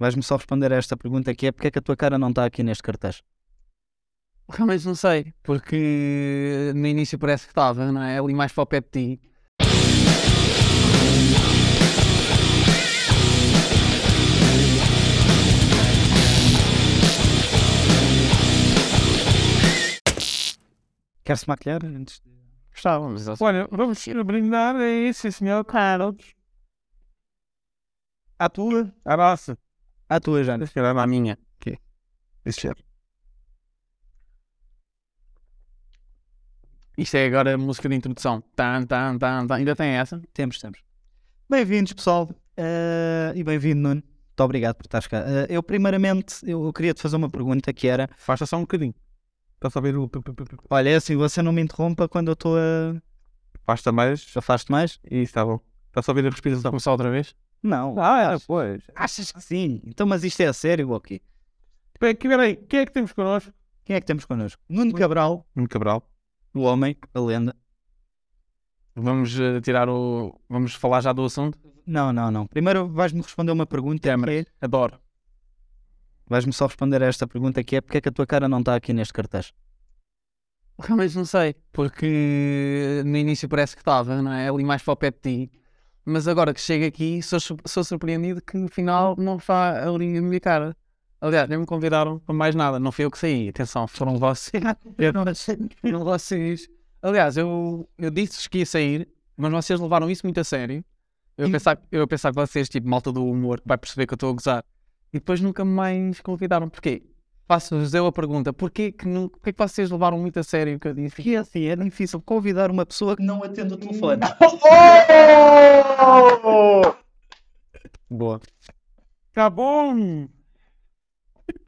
Vais-me só responder a esta pergunta que é porque é que a tua cara não está aqui neste cartaz? Realmente não sei, porque no início parece que estava, não é? Ali mais para o pé de ti. Quer-se maquilhar antes de... Gostávamos, ou- Olha, vamos brindar a esse senhor Carlos. A tua? Ah, A nossa. À tua, Jana. Deixa eu olhar na minha. Quê? Esse cheiro. Isto é agora a música de introdução. Tan, tan, tan, tan. Ainda tem essa? Temos, temos. Bem-vindos, pessoal. Eh, e bem-vindo, Nuno. Muito obrigado por estares cá. Eh, eu, primeiramente, eu, eu queria te fazer uma pergunta que era... Faça só um bocadinho. Estás a ver o. p- p- p- p- Olha, é assim, você não me interrompa quando eu estou a... Basta mais. Já faz-te mais? E está bom. Estás Tá a ver a Vou respiração. começar tá outra vez? Não. Ah, é, pois. Achas que sim? Então, mas isto é a sério, ok? Peraí, peraí, quem é que temos connosco? Quem é que temos connosco? Nuno Cabral, Nuno Cabral. o homem, a lenda. Vamos eh, tirar o. Vamos falar já do assunto? Não, não, não. Primeiro vais-me responder uma pergunta que é... Câmaras. Adoro. Vais-me só responder a esta pergunta que é porque é que a tua cara não está aqui neste cartaz? Realmente não sei, porque no início parece que estava, não é? Ali mais para o pé de ti. Mas agora que chego aqui, sou, su- sou surpreendido que no final não está ali a minha cara. Aliás, nem me convidaram para mais nada, não fui eu que saí, atenção, foram vocês. Eu não sei. Não vocês. Aliás, eu, eu disse que ia sair, mas vocês levaram isso muito a sério. Eu E- pensava, eu pensava que vocês, tipo, malta do humor, que vai perceber que eu estou a gozar. E depois nunca mais convidaram. Porquê? Faço-vos eu a pergunta. Porquê que, não, porquê que vocês levaram muito a sério o que eu disse? Porque assim, é difícil convidar uma pessoa que não atende o telefone. Boa. Tá bom!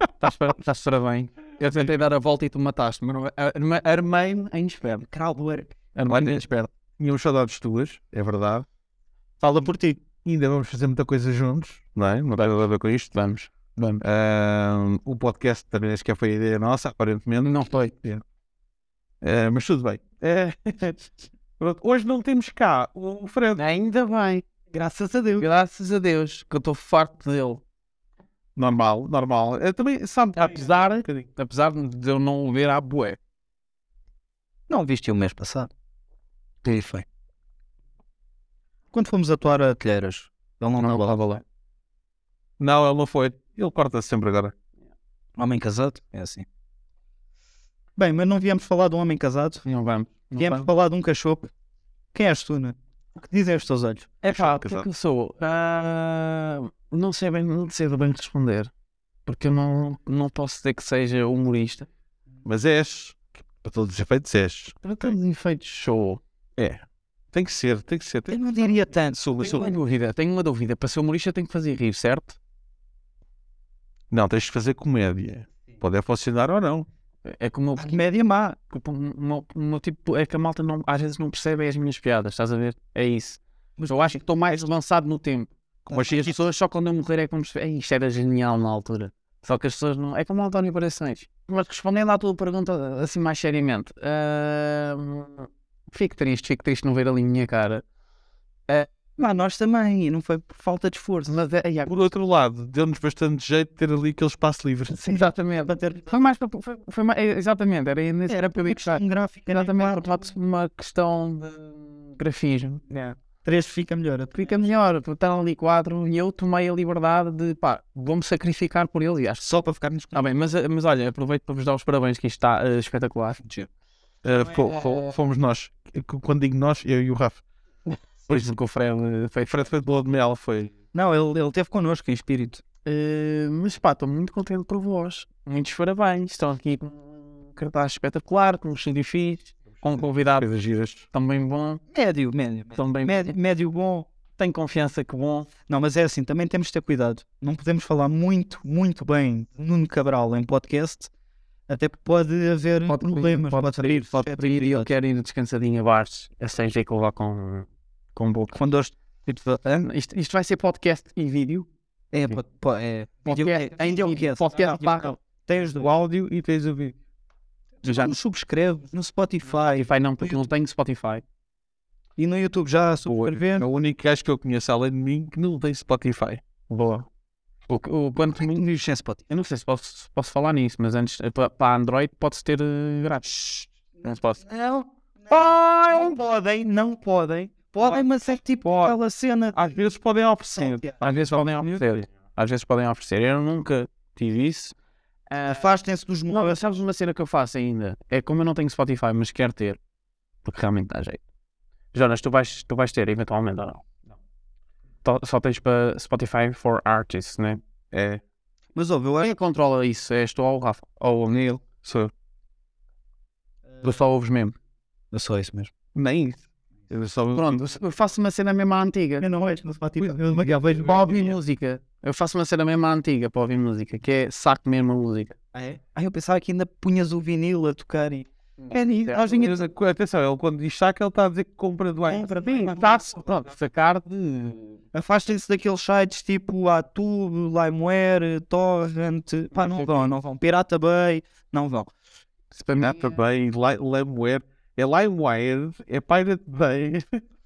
Estás para- Estás de parabéns. Eu tentei dar a volta e tu me mataste. mas não- é, arma- Armei-me em espera. Crowdwork. um Armei-me em espera. Tínhamos saudades tuas, é verdade. Fala por ti. Ainda vamos fazer muita coisa juntos, não é? Não tem nada a ver com isto. Vamos. Vamos. Ahm, o podcast também acho que foi ideia nossa, aparentemente. Não foi. Ah, mas tudo bem. É, pronto, hoje não temos cá o Fred. Ainda bem. Graças a Deus. Graças a Deus que eu estou farto dele. Normal, normal. É, também, sabe, Um Apesar, apesar de eu não o ver à bué. Não viste o mês passado? Sim, foi. Quando fomos atuar a Telheiras, ele não, não, Não, ele não foi. Ele corta sempre agora. Homem casado? É assim. Bem, mas não viemos falar de um homem casado, Não vamos. Não viemos vamos. falar de um cachorro. Quem és tu, né? O que dizem os teus olhos? É pá, o que é Casado. que eu sou? Ah, não sei bem, não sei bem responder. Porque eu não, não posso dizer que seja humorista. Mas és, para todos os efeitos, és. Para todos os efeitos, show. Tem que ser, tem que ser. Tem... Eu não diria tanto. Sou, Tenho sou. uma dúvida, tenho uma dúvida. Para ser humorista tenho que fazer rir, certo? Não, tens de fazer comédia. Pode é funcionar ou não. É que o meu, A comédia má. o meu- o meu tipo, é que a malta não, às vezes não percebe as minhas piadas, estás a ver? É isso. Mas eu acho que estou mais lançado no tempo. Como Mas as pessoas só quando eu morrer é como se... Ei, isto era genial na altura. Só que as pessoas não... É como o António Variações. Mas respondendo à tua pergunta assim mais seriamente. ahm, Fico triste, fico triste não ver ali a minha cara. Mas nós também, e não foi por falta de esforço. Mas é... ai, ai, Por outro lado, deu-nos bastante jeito de ter ali aquele espaço livre. Exatamente. Para ter Foi mais... para- Foi, foi mais... é, Exatamente, era nesse... Era para eu ir buscar. um gráfico, né? Exatamente, Claro, trata-se de uma questão de grafismo. Três fica melhor. a tua. Fica melhor, estão ali quatro e eu tomei a liberdade de, pá, vou-me sacrificar por ele e acho Só para ficarmos Ah, Tá bem, mas, mas olha, aproveito para vos dar os parabéns, que isto está eh, espetacular. Ah, é- fo- fo- fomos nós. Quando digo nós, eu e o Rafa. Por isso que o Fred eh, foi. Fred foi de Lua de Mel, foi. Não, ele, ele teve connosco em espírito. Eh, mas pá, estou muito contente por vós. Muitos parabéns. Estão aqui com um cartaz espetacular, com um estúdio fixe, com um convidado Coisas giras. também bom. Médio, médio. Médio, Também médio, médio bom. Tenho confiança que bom. Não, mas é assim, também temos de ter cuidado. Não podemos falar muito, muito bem de Nuno Cabral em podcast, até porque pode haver Pode- problemas. pode sair, Pode pedir e eu quero ir descansadinho abaixo. Assim ver que eu vá com, com boca. Com dois tipos de... Hã? Isto, isto vai ser podcast e vídeo. É, pode, pode, é. Vídeo- Podcast, é, Ainda é um podcast. Não, podcast, barra. Tens do O áudio e tens o vídeo. Já Já nos subscreve no Spotify Spotify não, porque não tenho Spotify. e no YouTube já É subscrever. o único gajo que eu conheço além de mim que não tem Spotify. Boa. O, que- o quanto muito- E o Chess Pot. Eu não sei se posso, se posso falar nisso, mas antes, eh, pa- para Android pode-se ter eh, grátis. Não se posso. Não, Pai! não podem, não podem. Podem, mas é tipo Pode. aquela cena. Às vezes podem oferecer. Yeah. Às vezes podem oferecer. Às vezes podem oferecer. Eu nunca tive isso. Ah, Afastem-se dos Não, móveis. mas sabes uma cena que eu faço ainda? É como eu não tenho Spotify, mas quero ter, porque realmente dá jeito. Jonas, tu vais, tu vais ter eventualmente ou não? Tó- Só tens para Spotify for Artists, né? É. Mas ouve, eu acho Quem é controla isso? És tu ou o Rafa? Ou o Neil? Sou eu. Tu só ouves mesmo. É só isso mesmo. Nem isso. Eu só- Pronto, eu faço uma cena mesmo à antiga. Eu não vejo no Spotify. Eu vejo Para ouvir música. Eu faço uma cena mesmo à antiga para ouvir música, que é saco mesmo a música. Ah, eu pensava que ainda punhas o vinil a tocar e. É nisso. Certo. Nós É. vinha- Atenção, ele quando diz saca, ele está a dizer que compra do iPhone. Tá-se, pronto, sacar de. Afastem-se daqueles sites tipo Atube, Limeware, Torrent. Pá, não vão, não vão. Pirata Bay, não vão. Ah, é. também, Li- LimeWare. É LimeWire, é Pirate Bay.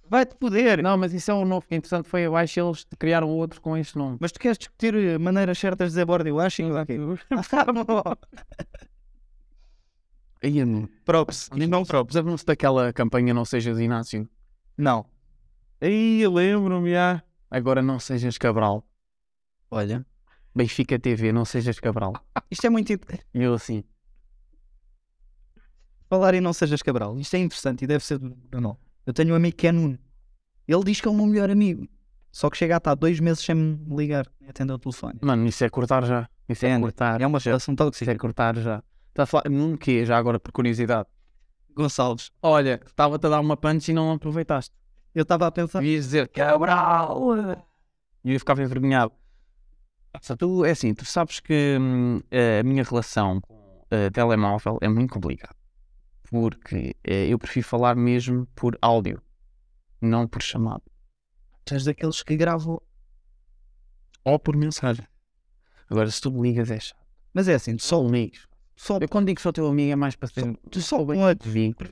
Vai-te poder. Não, mas isso é um novo. que Interessante foi abaixo eles criaram outro com este nome. Mas tu queres discutir eh, maneiras certas de dizer bordo washing? Ok. Aí, mano. props. Diz não props. Lembram-se daquela campanha Não Sejas Inácio? Não. Aí, lembro-me, já. Agora não sejas Cabral. Olha. Benfica TV, não sejas Cabral. Isto é muito. in- E eu assim. Falar e não sejas Cabral. Isto é interessante e deve ser do do nome. Eu tenho um amigo que é Nuno. Ele diz que é o meu melhor amigo. Só que chega a estar dois meses sem me ligar nem atender o telefone. Mano, isso é cortar já. Isso é, É, né? cortar. É uma relação Isso é tóxica. cortar já. Está a falar. Num quê? Já agora, por curiosidade. Gonçalves. Olha, estava-te a dar uma punch e não aproveitaste. Eu estava a pensar. Devias dizer Cabral! E eu ficava envergonhado. Só tu, é assim, tu sabes que hum, a minha relação com eh, telemóvel é muito complicada. Porque eh, eu prefiro falar mesmo por áudio, não por chamado. Tu és daqueles que gravam. Ou por mensagem. Agora, se tu me ligas, é chato. Mas é assim, tu só. Só amigos. só Eu quando digo que sou teu amigo é mais para ser. tu só bem um a- Vínculo.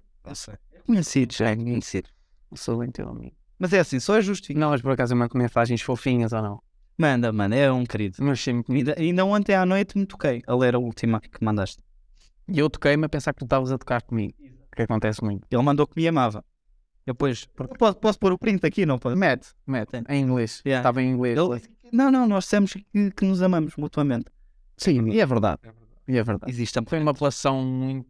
conhecidos. Já é conhecido. Sou bem teu amigo. Mas é assim, só é justificado. Não, mas por acaso eu mando mensagens fofinhas ou não. Manda, mano, é um querido. Mas sempre me Ainda, ainda ontem à noite me toquei a ler a última que mandaste. E eu toquei-me a pensar que tu estavas a tocar comigo. Que acontece muito. Ele mandou que me amava. Eu depois. Posso, posso pôr o print aqui? Não pode? Mete, mete. Em inglês. Yeah. Estava em inglês. Ele- Não, não, nós dissemos que, que nos amamos mutuamente. Sim, e é verdade. E é verdade. Existe amor. Foi uma apelação muito.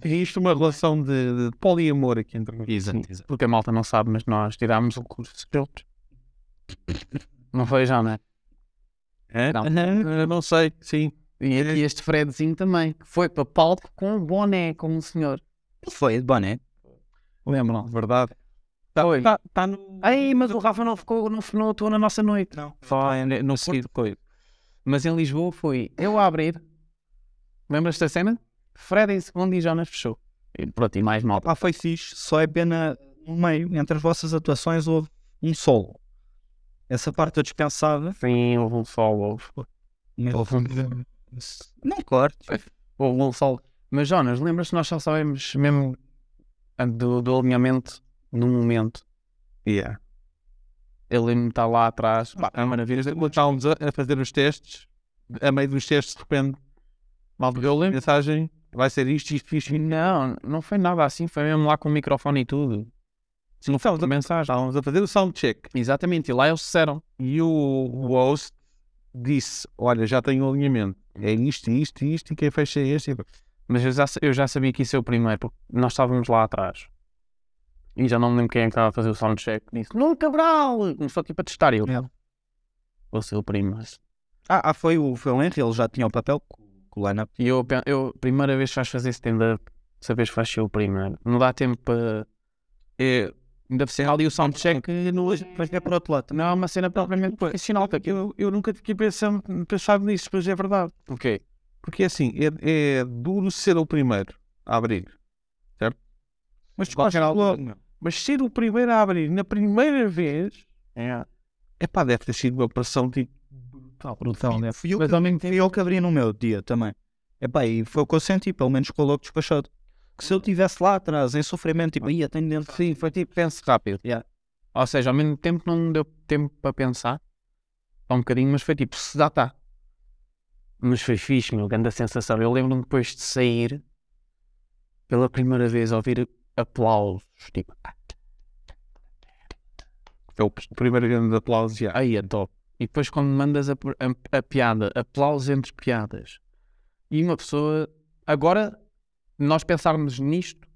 É isto uma relação de, de poliamor aqui entre nós. Exato, Sim, Porque a malta não sabe, mas nós tirámos o curso juntos. Não foi já, né? Hã? Não. Ah, não sei, sim. É. E aqui este Fredzinho também, que foi para palco com um boné, com um senhor. Foi de boné. Lembram? Verdade. Tá, oi. Está tá no. Ai, mas o Rafa não ficou, não, não atuou na nossa noite. Não. Foi, não sei coisa. Mas em Lisboa foi eu a abrir. Lembras-te da cena? Fred em segundo e Jonas fechou. E pronto, e mais malta. Pá, foi fixe. Só é pena no meio, entre as vossas atuações, houve um solo. Essa parte eu dispensava. Sim, houve um sol, houve. Mas... Houve um, Não cortes. houve um sol. Mas Jonas, lembras que nós só sabemos mesmo a- do, do alinhamento no momento. Yeah. Eu lembro-me de estar lá atrás. Pá, É é maravilha. Quando estávamos a, a fazer os testes, a meio dos testes, de repente, Malta, eu lembro. mensagem vai ser isto, isto, isto. isto. Não, não foi nada assim. Foi mesmo lá com o microfone e tudo. Se não foi Estávamos a- mensagem. Estávamos a fazer o soundcheck Exatamente, e lá eles disseram. e o, o host disse: Olha, já um tenho o alinhamento. É Uhum. isto, isto, isto, e quem fecha é este. Mas eu já, sa- eu já sabia que isso é o primeiro, porque nós estávamos lá atrás. E já não me lembro quem é que estava a fazer o soundcheck. Disse, não, Cabral! Começou tipo a testar e eu. É. Vou ser o primeiro. Ah, ah, foi o, foi o Henry, ele já tinha o papel com com o line-up. E eu, pen- eu, primeira vez que vais fazer stand-up, dessa vez vais ser o primeiro. Não dá tempo para. É, ainda ser ali o soundcheck. Não, Depois é para o outro lado. não é uma cena propriamente profissional. tá aqui. é Eu, eu nunca tinha pensado, pensado nisso, mas é verdade. Ok. Porque assim, é, é duro ser o primeiro a abrir, certo? Mas, tu Qualquer gostas altura. logo. mas ser o primeiro a abrir na primeira vez, É. é pá, deve ter sido uma pressão tipo brutal. Brutal, né? Fui eu, Mas que, ao mesmo tempo- fui eu que abri no meu dia também. Epá, e foi o que eu senti, pelo menos com o louco despachado. Que se eu estivesse lá atrás, em sofrimento, tipo, ia, tenho dentro. Sim, foi tipo, penso rápido. Yeah. Ou seja, ao mesmo tempo não me deu tempo para pensar. Só um bocadinho, mas foi tipo, se dá, tá. Mas foi fixe, meu, grande a sensação. Eu lembro-me depois de sair, pela primeira vez, ouvir aplausos. Tipo, É o primeiro grande aplauso já. Aí é top. E depois quando mandas a, a- a piada, aplausos entre piadas. E uma pessoa. Agora, nós pensarmos nisto,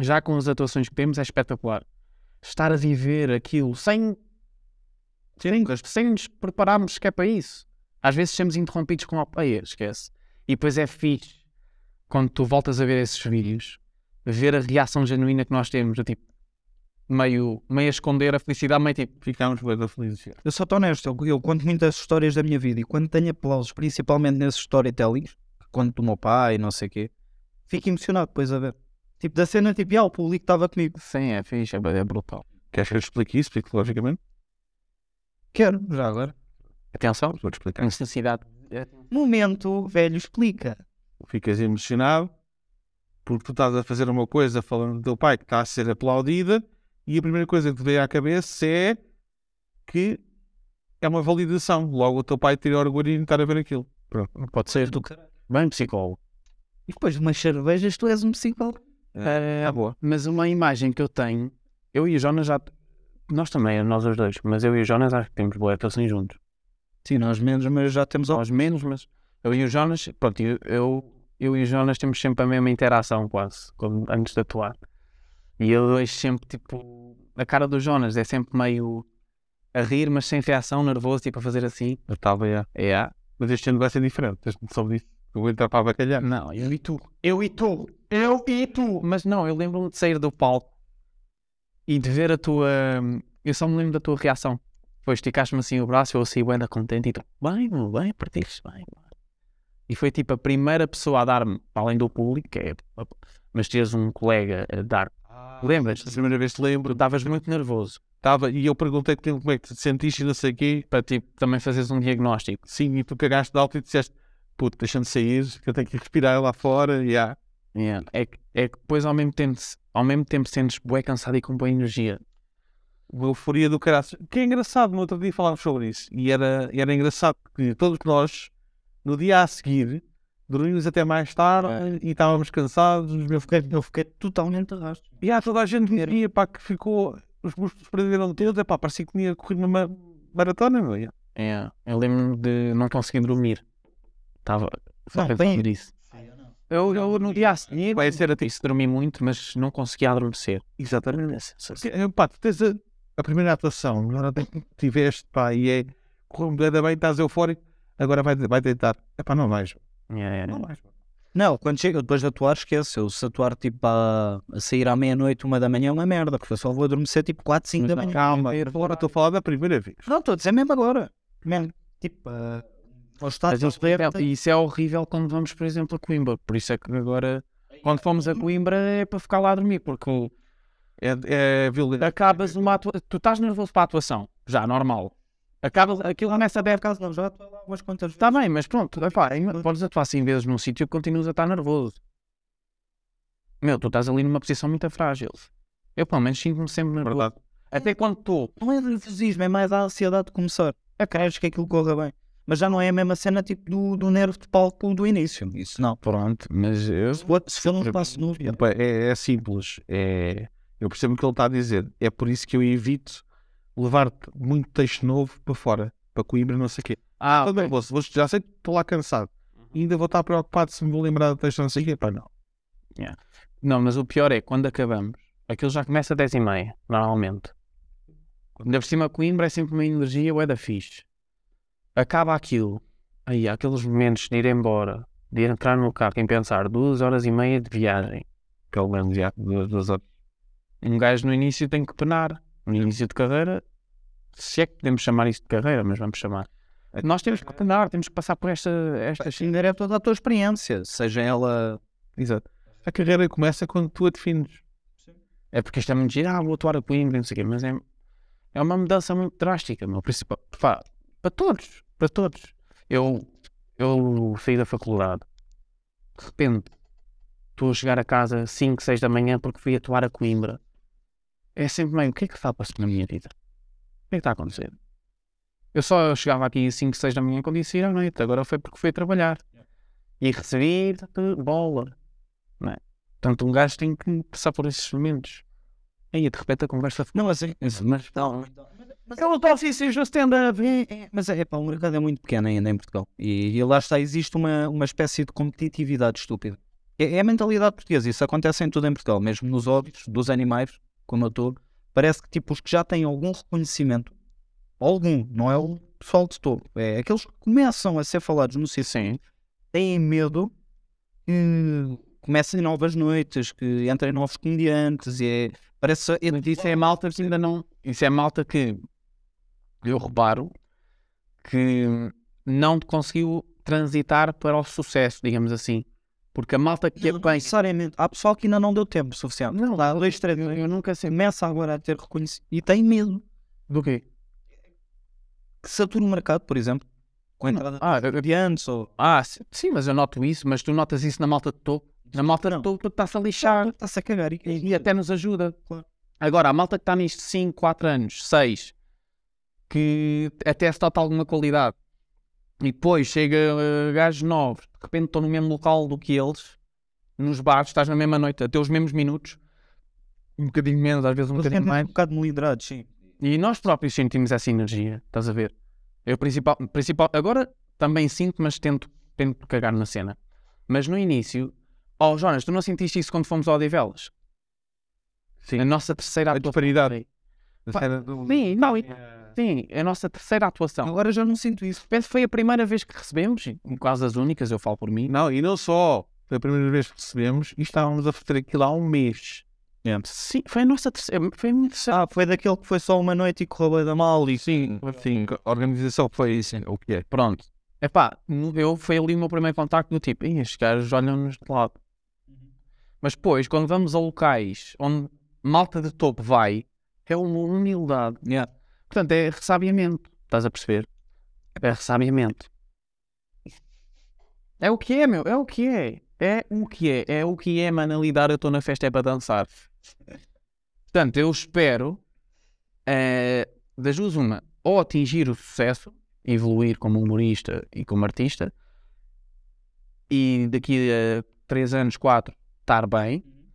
já com as atuações que temos, é espetacular. Estar a viver aquilo sem, Sim. sem nos prepararmos sequer para isso. Às vezes somos interrompidos com opeia, esquece. E depois é fixe quando tu voltas a ver esses vídeos, ver a reação genuína que nós temos, do tipo, meio, meio a esconder a felicidade, meio tipo, Ficámos bem da felicidade. Eu sou tão honesto, eu, eu conto muitas histórias da minha vida e quando tenho aplausos, principalmente nesses storytellings, quando do meu pai e não sei o quê, fico emocionado depois a ver. Tipo, da cena, tipo, ah, o público estava comigo. sim, é fixe, é, é brutal. Queres que eu te explique isso psicologicamente? Quero, já agora. Atenção, Vou-te explicar. necessidade. Momento, velho, explica. Ficas emocionado porque tu estás a fazer uma coisa falando do teu pai que está a ser aplaudida e a primeira coisa que te vem à cabeça é que é uma validação. Logo o teu pai teria orgulho em estar a ver aquilo. Pronto. Pode ser Do caralho. bem psicólogo. E depois de umas cervejas, tu és um psicólogo. Tá boa. Eh, mas uma imagem que eu tenho, eu e o Jonas já. Nós também, nós os dois, mas eu e o Jonas acho que temos boa atuação juntos. Sim, nós menos, mas já temos Nós menos, mas eu e o Jonas, pronto, eu, eu, eu e o Jonas temos sempre a mesma interação quase, quando- antes de atuar. E eu vejo sempre tipo. A cara do Jonas é sempre meio a rir, mas sem reação, nervoso, tipo a fazer assim. Eu estava a. É, ah, Mas este ano vai ser diferente. Tens noção disso? Eu vou entrar para bacalhar. Não, eu e tu. Eu e tu. Eu e tu. tipo, Mas não, eu lembro-me de sair do palco e de ver a tua. Eu só me lembro da tua reação. Foi esticaste-me assim o braço, eu assim, ainda contente e tu, bem, meu, bem, partiste, bem. bem." E foi tipo a primeira pessoa a dar-me, para além do público, que é, mas teres um colega a dar. Ah. Lembras? Ah, A primeira vez te Tu lembro. estavas muito nervoso Tava, e eu perguntei-te como é que te sentiste e não sei o quê. para tipo, também fazeres um diagnóstico. Sim, e tu cagaste de alto e disseste, puto, deixa-me sair, que eu tenho que respirar lá fora. E há. Yeah. É, que- é que depois ao mesmo tempo, ao mesmo tempo sentes bué cansado e com boa energia. uma euforia do caralho. Que é engraçado, no outro dia falámos sobre isso. E era, era engraçado que todos nós, no dia a seguir, dormimos até mais tarde e estávamos cansados. Os meus... Fiquei- Eu fiquei totalmente arrasto. E há toda a gente me via, pá, que ficou. Os músculos prenderam todos, é pá, parecia que tinha corrido uma ma- maratona, meu. Yeah. É, eu lembro-me de não conseguir dormir. Estava só Não, a bem- pensar nisso. Eu, eu no dia a seguir, vai ser a ti. Isso, dormi muito, mas não conseguia adormecer. Exatamente. Porque, eh, pá, tu tens a, a primeira atuação, agora tem- tiveste, pá, e é. Correu bem, bem, estás eufórico, agora vai, vai deitar. É pá, não vais. Yeah, yeah. Não vais. Não, quando chega depois de atuar, esquece. Eu se atuar tipo a, a sair à meia-noite, uma da manhã, é uma merda, porque eu só vou adormecer tipo 4, 5 da Mas manhã. não, Calma, agora estou a falar da primeira vez. Não, estou a dizer mesmo agora. Mesmo. Tipo, ah, vou estar Mas isso, é, isso é horrível quando vamos, por exemplo, a Coimbra. Por isso é que agora, quando fomos a Coimbra, é para ficar lá a dormir, porque o- É, é violento. acabas uma atua... Tu estás nervoso para a atuação, já, normal. Acabas aquilo nessa deve caso não, já estou lá umas Tá, quantas Está Tá bem, mas pronto, epá, em- podes atuar 100 vezes num sítio que continuas a estar nervoso. Meu, tu estás ali numa posição muito frágil. Eu, pelo menos, sinto-me sempre nervoso. Verdade. Até quando estou. Não é nervosismo, é mais a ansiedade de começar. A queres que aquilo corra bem. Mas já não é a mesma cena tipo do, do nervo de palco do início. Isso não. Pronto, mas eu. Se for- Se for um espaço novo, já. Pá, É, é simples. É, eu percebo o que ele está a dizer. É por isso que eu evito levar muito texto novo para fora, para Coimbra, não sei o quê. Ah, Tudo bem, vou, vou, já sei que estou lá cansado. E ainda vou estar preocupado se me vou lembrar do texto, não sei o quê. Pá, não. não, mas o pior é quando acabamos. Aquilo já começa às 10h30, normalmente. Ainda por cima, Coimbra é sempre uma energia, ou é da fixe. Acaba aquilo. Aí, há aqueles momentos de ir embora, de entrar no carro e pensar duas horas e meia de viagem. Pelo menos já, duas, duas horas. um gajo no início tem que penar. No início de carreira, se é que podemos chamar isso de carreira, mas vamos chamar. Nós temos que penar, temos que passar por esta. esta... Ainda é toda a tua experiência, seja ela. Exato. A carreira começa quando tu a defines. É porque isto é muito giro, ah, vou atuar a Coimbra, não sei o quê, mas é, é uma mudança muito drástica, meu. Principal, pá, para todos, para todos. Eu, eu saí da faculdade, de repente, estou a chegar a casa 5, 6 da manhã porque fui atuar a Coimbra. É sempre meio, o que é que falta na minha vida? O que é que está a acontecer? Eu Eu só chegava aqui às 5, 6 da manhã quando disse ir à noite. Agora foi porque fui trabalhar. E recebi de bola. Não é? Portanto, um gajo tem que passar por esses momentos. Aí, de repente, a conversa ficou. Não, mas é. Mas, Não, mas, eu posso isso no stand-up. é, mas é, pá, o mercado é muito pequeno ainda em Portugal. E, e lá está, existe uma, uma espécie de competitividade estúpida. É, é a mentalidade portuguesa, isso acontece em tudo em Portugal, mesmo nos óbitos dos animais, como eu estou. Parece que tipo, os que já têm algum reconhecimento, algum, não é o pessoal de todo, é aqueles que começam a ser falados no CICEM, têm medo que comecem novas noites, que entrem novos comediantes, e é, parece. É, Mas isso é malta que ainda não. Isso é malta que eu reparo que não conseguiu transitar para o sucesso, digamos assim. Porque a malta que é Não apanha. necessariamente. Há pessoal que ainda não deu tempo suficiente. Não, lá, dois, três, Eu nunca sei. começa agora a ter reconhecido e tem medo Do quê? que sature o mercado, por exemplo, com a entrada Ah, eu- eu- de antes ou ah, si- sim, mas eu noto isso, mas tu notas isso na malta de topo. Na malta de Não. topo está-se a lixar está-se a cagar. E, e, e até nos ajuda. Claro. Agora, a malta que está nisto 5, 4 anos, 6, que até se nota alguma qualidade, e depois chega eh, gajos novos, de repente estão no mesmo local do que eles, nos bares, estás na mesma noite, até os mesmos minutos, um bocadinho menos, às vezes um Eles têm bocadinho mais. um bocado de liderado, sim. E nós próprios sentimos essa energia, estás a ver? Eu principal, principal, agora também sinto, mas tento, tento cagar na cena. Mas no início, oh Jonas, tu não sentiste isso quando fomos ao Odivelas? Sim. A nossa terceira A disparidade. Pá, Era do- Sim, não, e- É. sim, a nossa terceira atuação. Agora já não sinto isso. Penso que foi a primeira vez que recebemos, e quase as únicas, eu falo por mim. Não, e não só. Foi a primeira vez que recebemos e estávamos a fazer aquilo há um mês. Sim, foi a nossa terceira, foi a minha terceira. Ah, foi daquele que foi só uma noite e correu bem da mal e Sim, sim. A organização foi isso. O que é? Pronto. Epá, no- eu, foi ali o meu primeiro contacto do tipo, "Ih, estes caras olham-nos de lado. Mas depois, quando vamos a locais onde malta de topo vai, é uma humildade. Yeah. Portanto, é ressabiamento. Estás a perceber? É ressabiamento. É o que é, meu. É o que é. É o que é. É o que é, mano. a Lidar, eu estou na festa é para dançar. Portanto, eu espero, eh, das duas, uma, ou atingir o sucesso, evoluir como humorista e como artista, e daqui a 3 anos, 4, estar bem, Uhum.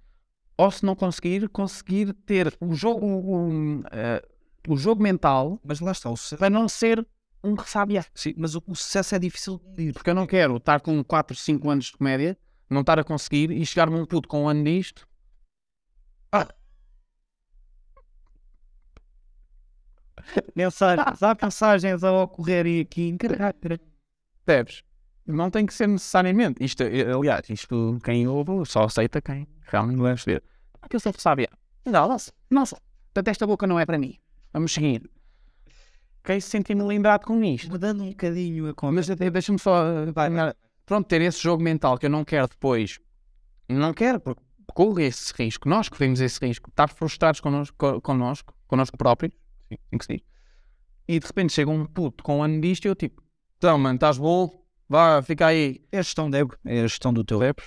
ou se não conseguir, conseguir ter o jogo, um, eh, o jogo mental Mas lá está, o sucesso. para não ser um ressabiado. Sim, mas o, o sucesso é difícil de medir. Porque eu não quero estar com 4, 5 anos de comédia, não estar a conseguir e chegar-me um puto com um ano disto. Mensagens, há mensagens a ocorrerem aqui. Percebes? Não tem que ser necessariamente. Isto, eh, aliás, isto quem ouve só aceita quem realmente vai ver. Ah, que eu sou ressabiado. Não, não, sou. não. sou. Portanto, esta boca não é para mim. Vamos seguir. Quem se sentir melindrado com isto? Mudando um bocadinho a conversa. Mas até deixa-me só. eh, terminar. Pronto, ter esse jogo mental que eu não quero depois. Não quero, porque corro esse risco. Nós corremos esse risco. Estar frustrados connosco, co- connosco, connosco próprios. Tem que se diz. E de repente chega um puto com um ano disto e eu tipo: Então, mano, estás bom? Vá, fica aí. É a gestão de ego, é a gestão do teu ego.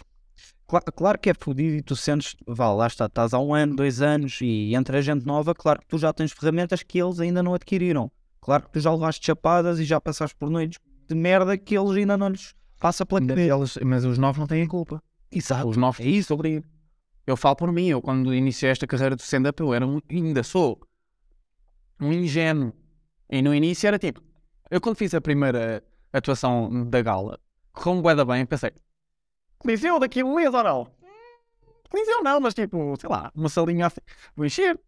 Cla- claro que é fodido e tu sentes, vá, lá está, estás há um ano, dois anos e entre a gente nova, claro que tu já tens ferramentas que eles ainda não adquiriram. Claro que tu já levaste chapadas e já passaste por noites de merda que eles ainda não lhes passa pela cabeça. mas os novos não têm a culpa. Exato. Os novos é isso, obrigo. Eu falo por mim, eu quando iniciei esta carreira do stand-up, eu era um, ainda sou um ingênuo. E no início era tipo, eu quando fiz a primeira atuação da gala, correu-me bué da bem, pensei, Coliseu daqui a um mês ou não? Hum, Coliseu não, mas tipo, sei lá, uma salinha assim, vou encher.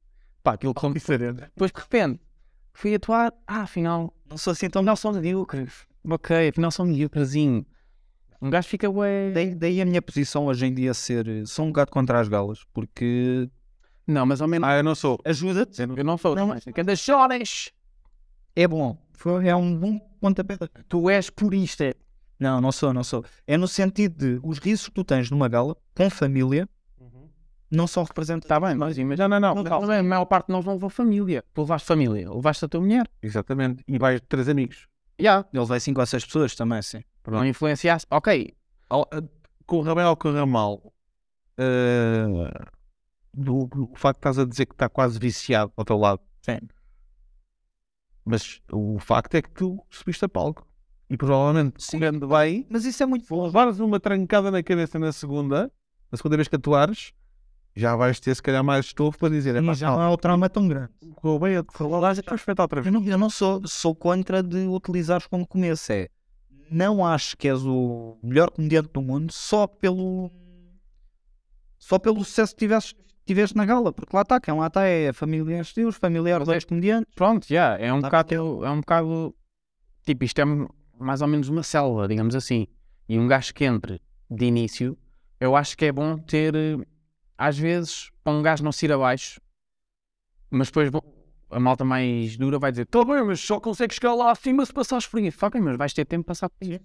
Pá, aquilo correu Depois de repente, fui atuar, ah, afinal, Não sou assim tão. não são medíocres. Ok, afinal são medíocrezinho. Um gajo fica ué... Daí, daí a minha posição hoje em dia ser. eh, Sou um bocado contra as galas, porque Não, mas ao menos... Ah, eu não sou. ajuda-te, Eu não sou. assim. Não, mas- que andas choras. é bom. Foi- É um bom pontapé de Tu és purista. Não, não sou, não sou. É no sentido de os risos que tu tens numa gala, com família, Uhum. não são representados. Está Tá bem, mas imagina. Não, não, não. calma. a maior parte de nós não levou família. Tu levaste família. Levaste a tua mulher. Exatamente. E vais de três amigos. Já. Ele vai 5 ou 6 pessoas também, sim. Não influenciaste. Ok. Ao- eh, a- Corra bem ou corra mal. ah, do, do facto de estás a dizer que está quase viciado ao teu lado. Sim. Mas o facto é que tu subiste a palco. E provavelmente, correndo bem, Mas isso é muito se levares uma trancada na cabeça na segunda, na segunda vez que atuares, já vais ter se calhar mais estofo para dizer, é pá, Mas já não é o trauma tão grande. correu bem, correu lá, já estás feito outra Eu não, eu não sou, sou contra de utilizares como começo. É, não acho que és o melhor comediante do mundo só pelo só pelo sucesso que tiveste, tiveste na gala, porque lá está, quem lá está é familiares teus, familiares dos comediantes. Pronto, já, é um Tá. bocado, é um bocado, tipo, isto é m- mais ou menos uma célula, digamos assim, e um gajo que entre de início, eu acho que é bom ter, eh, às vezes, para um gajo não se ir abaixo, mas depois bom, a malta mais dura vai dizer, tá bem, mas só consegues chegar lá acima se passares por aí, fucking, mas vais ter tempo de passar por isso.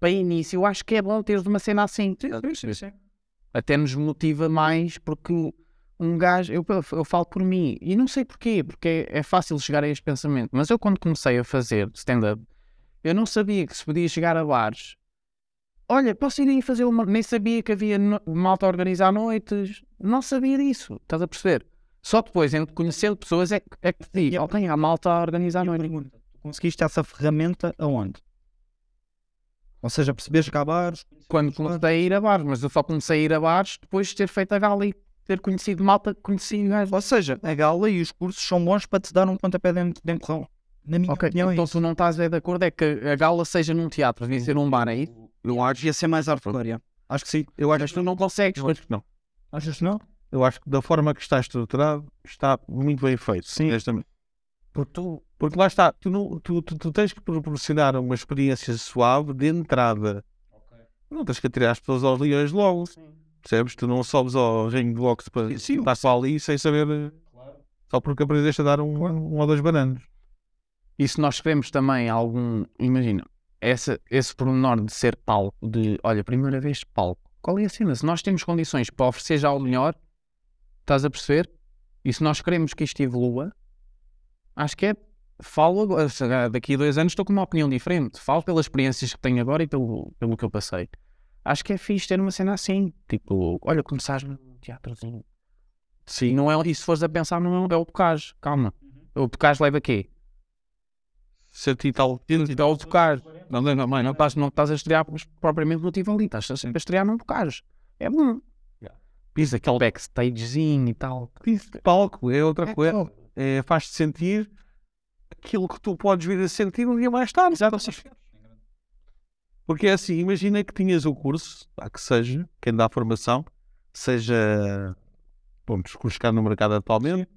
Para início, eu acho que é bom teres uma cena assim, até nos motiva mais porque um gajo, eu, eu falo por mim, e não sei porquê, porque é, é fácil chegar a este pensamento, mas eu quando comecei a fazer stand-up, eu não sabia que se podia chegar a bares. Olha, posso ir aí fazer uma. Nem sabia que havia no- malta a organizar noites, não sabia disso, estás a perceber? Só depois, em conhecendo pessoas, é, que- é que E digo, a- ok, há malta a organizar Eu noites. pergunto, tu Conseguiste essa ferramenta aonde? Ou seja, percebes que há bares, Quando comecei a ir a bares, mas eu só comecei a ir a bares depois de ter feito a gala e ter conhecido malta que é? conheci gajo. ou seja, a gala e os cursos são bons para te dar um pontapé dentro de empurrão. Na minha Ok, opinião, é então isso. tu não estás é de acordo, é que a gala seja num teatro, devia ser num bar, é isso? Eu acho, devia ser mais hardcore. yeah. Acho que sim. eu acho Mas tu não consegues. Eu acho que não. Achas que não? Eu acho que da forma que está estruturado, está muito bem feito. Sim. Porque tu, Porque lá está, tu, não, tu, tu, tu tens que proporcionar uma experiência suave de entrada. Não tens que atirar as pessoas aos leões logo. Percebes? Tu não sobes ao ringue de boxe para Sim. estar só ali sem saber. eh, Só porque aprendeste a dar um, um ou dois bananos. e se nós queremos também algum, imagina, essa, esse pormenor de ser palco, de olha, primeira vez palco, qual é a cena? Se nós temos condições para oferecer já o melhor, estás a perceber? E se nós queremos que isto evolua, acho que é. Falo agora, se calhar daqui a dois anos estou com uma opinião diferente. Falo pelas experiências que tenho agora e pelo, pelo que eu passei. Acho que é fixe ter uma cena assim. Tipo, olha, começaste num teatrozinho. Sim. Não é, e se fores a pensar, não é, um- é o Bocage. Calma. O Bocage leva quê? Sentir tal. Então, ao tocar, não, não, não, mãe, não estás, não estás a estrear propriamente no Tivoli, estás sempre a estrear num tocares. É bom. Yeah. Pisa aquele backstagezinho e tal. palco é outra coisa. É, Faz-te sentir aquilo que tu podes vir a sentir um dia mais tarde. Exato. Porque é assim, imagina que tinhas o curso, há que seja, quem dá a formação, seja, vamos, buscar no mercado atualmente,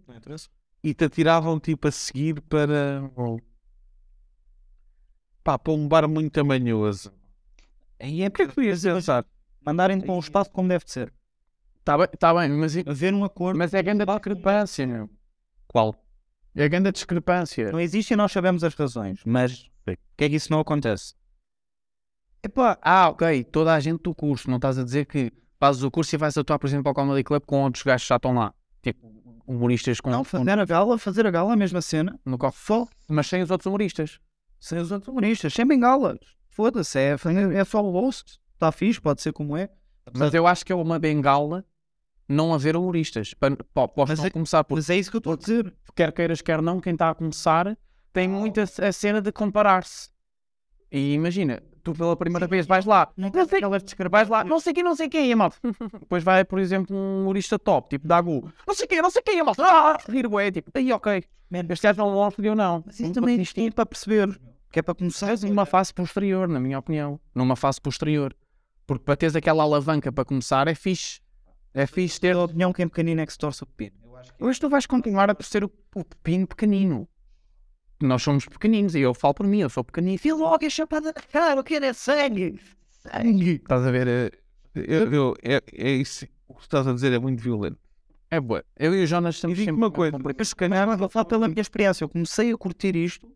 e te atiravam tipo a seguir para, pá, para um bar muito tamanhoso. Aí é O que é que tu ias pensar? mandarem-te para um espaço como deve de ser. Está bem, tá bem, mas, Haver um acordo. mas é a grande discrepância, meu. Qual? É a grande discrepância. Não existe e nós sabemos as razões, mas o que é que isso não acontece? Epá, ah, ok, toda a gente do curso, não estás a dizer que fazes o curso e vais atuar, por exemplo, ao Comedy Club com outros gajos que já estão lá. Tipo, humoristas com, Não, com, fazer a gala, fazer a gala, a mesma cena, no copo, mas sem os outros humoristas. sem os outros humoristas, sem bengalas. Foda-se, é, é só o roast. Está fixe, pode ser como é. Mas eu acho que é uma bengala não haver humoristas. Para, para, Mas é- começar por Mas é isso que eu estou a dizer. quer queiras, quer não, quem está a começar tem muita c- a cena de comparar-se. E imagina, tu pela primeira vez vais lá, Não é não sei, elas descrevem, vais lá, não sei quem, não sei quem, e a malta. Depois vai, por exemplo, um humorista top, tipo Uhum. Dagu, não sei quem, não sei quem, e a malta. Ah, rir, bué, tipo, aí ok, este gajo não longe deu não. Mas isso também Isto é é para perceber. Que é para começar. numa fase posterior, na minha opinião, numa fase posterior. Porque para teres aquela alavanca para começar é fixe. É fixe ter A opinião que é pequenino é que se torce o pepino. Hoje tu vais continuar a ser o, o pepino pequenino. Nós somos pequeninos e eu falo por mim, eu sou pequenino. Fio logo a chapada na cara, o que é sangue? Sangue! Estás a ver? É, eh, Eu, eu- é, é isso, o que estás a dizer é muito violento. é boa. Eu e o Jonas estamos E digo-te sempre uma coisa. complicados. Mas se calhar vou falar pela minha experiência. Eu comecei a curtir isto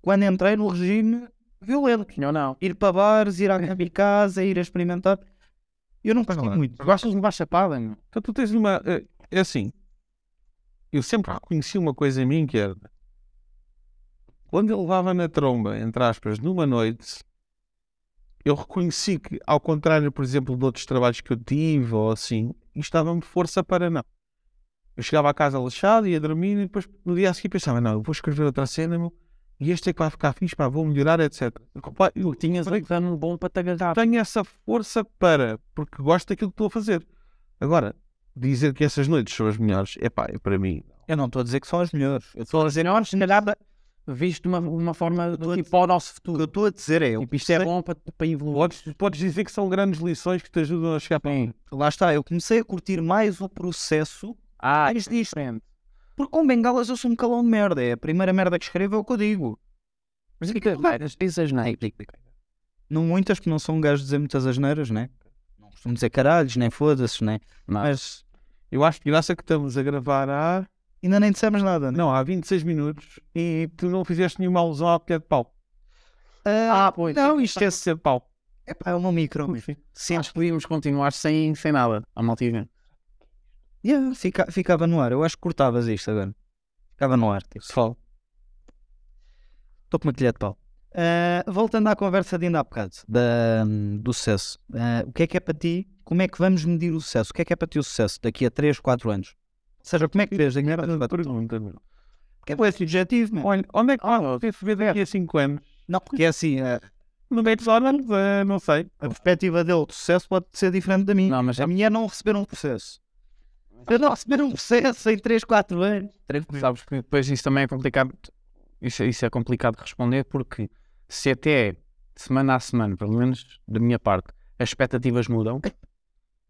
quando entrei no regime violento. Não, não. Ir para bares, ir à minha casa, ir a experimentar. Eu não é. curti lá. muito. Tu gostas de levar chapada, meu? Então tu tens uma. É, é assim. Eu sempre reconheci uma coisa em mim que era. Quando ele levava na tromba, entre aspas, numa noite, eu reconheci que, ao contrário, por exemplo, de outros trabalhos que eu tive ou assim, isto dava-me força para não. Eu chegava a casa lixado, ia dormir e depois no dia a seguir pensava: não, eu vou escrever outra cena meu, e este é que vai ficar fixe, pá, vou melhorar, etc. Pá, eu Tinhas um plano bom para te agarrar. tenho essa força para, porque gosto daquilo que estou a fazer. Agora, dizer que essas noites são as melhores, é pá, é para mim. Eu não estou a dizer que são as melhores. Eu Estou a dizer, olha, se calhar visto de uma, uma forma estou a tipo para o nosso O que eu futuro. estou a dizer é, eu Tipo, isto é bom para, para evoluir. Podes, podes dizer que são grandes lições que te ajudam a chegar para mim. lá está, eu comecei a curtir mais o processo, Ah, mais disto. diferente. Porque com bengalas eu sou um calão de merda, é a primeira merda que escrevo é o que eu digo. Mas é que tu dizes não. Não muitas, porque não sou um gajo de dizer muitas asneiras, né? Não costumo dizer caralhos, nem foda-se, né? Mas Eu acho que graça que estamos a gravar há, ainda nem dissemos nada, né? não, há 26 minutos e tu não fizeste nenhuma alusão à colher de pau. Ah, Ah, pois. não, Isto é ser pau. é pá, é uma micro. Sim, Acho que podíamos continuar sem, sem nada. A malta ia ver. yeah, fica- ficava no ar. Eu acho que cortavas isto agora. Ficava no ar, tipo. Pessoal, Estou com uma colher de pau. Ah, voltando à conversa de ainda há bocado, da, do sucesso. Ah, o que é que é para ti? Como é que vamos medir o sucesso? O que é que é para ti o sucesso daqui a 3, 4 anos? Ou seja, como é que vês daqui a 3, merda de 4 anos? pergunta, meu. Porque é bué subjetivo, meu. Olha, onde é que ah, tem se ver daqui a 5 anos? Não, porque é assim, a, No McDonald's, eh, não sei. a perspectiva dele do sucesso pode ser diferente da minha. Não, mas é A minha é não receber um processo. Eu não receber um processo em 3, 4 anos. Sabes que depois isso também é complicado. Isso, isso é complicado de responder porque se até semana a semana, pelo menos da minha parte, as expectativas mudam,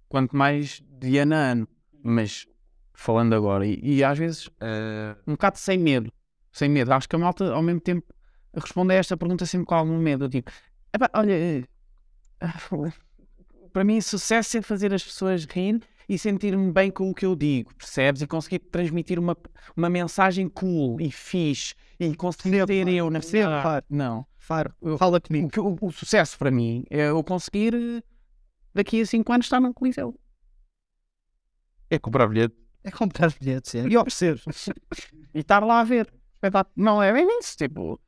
quanto mais de ano a ano. Mas falando agora, e, e às vezes eh, um bocado sem medo, sem medo. Acho que a malta ao mesmo tempo responde a esta pergunta sempre com algum medo. Tipo, "Epá, olha, eh, para mim sucesso é fazer as pessoas rir e sentir-me bem com o que eu digo, percebes? E conseguir transmitir uma, uma mensagem cool e fixe e conseguir ter eu na percebo, pá. Não. Faro, fala comigo. O, que- o- o sucesso para mim é eu conseguir eh, daqui a 5 anos estar num coliseu. É comprar bilhete. É comprar bilhetes, é. E oferecer. e estar lá a ver. Espetáculo. Não é bem isso, tipo.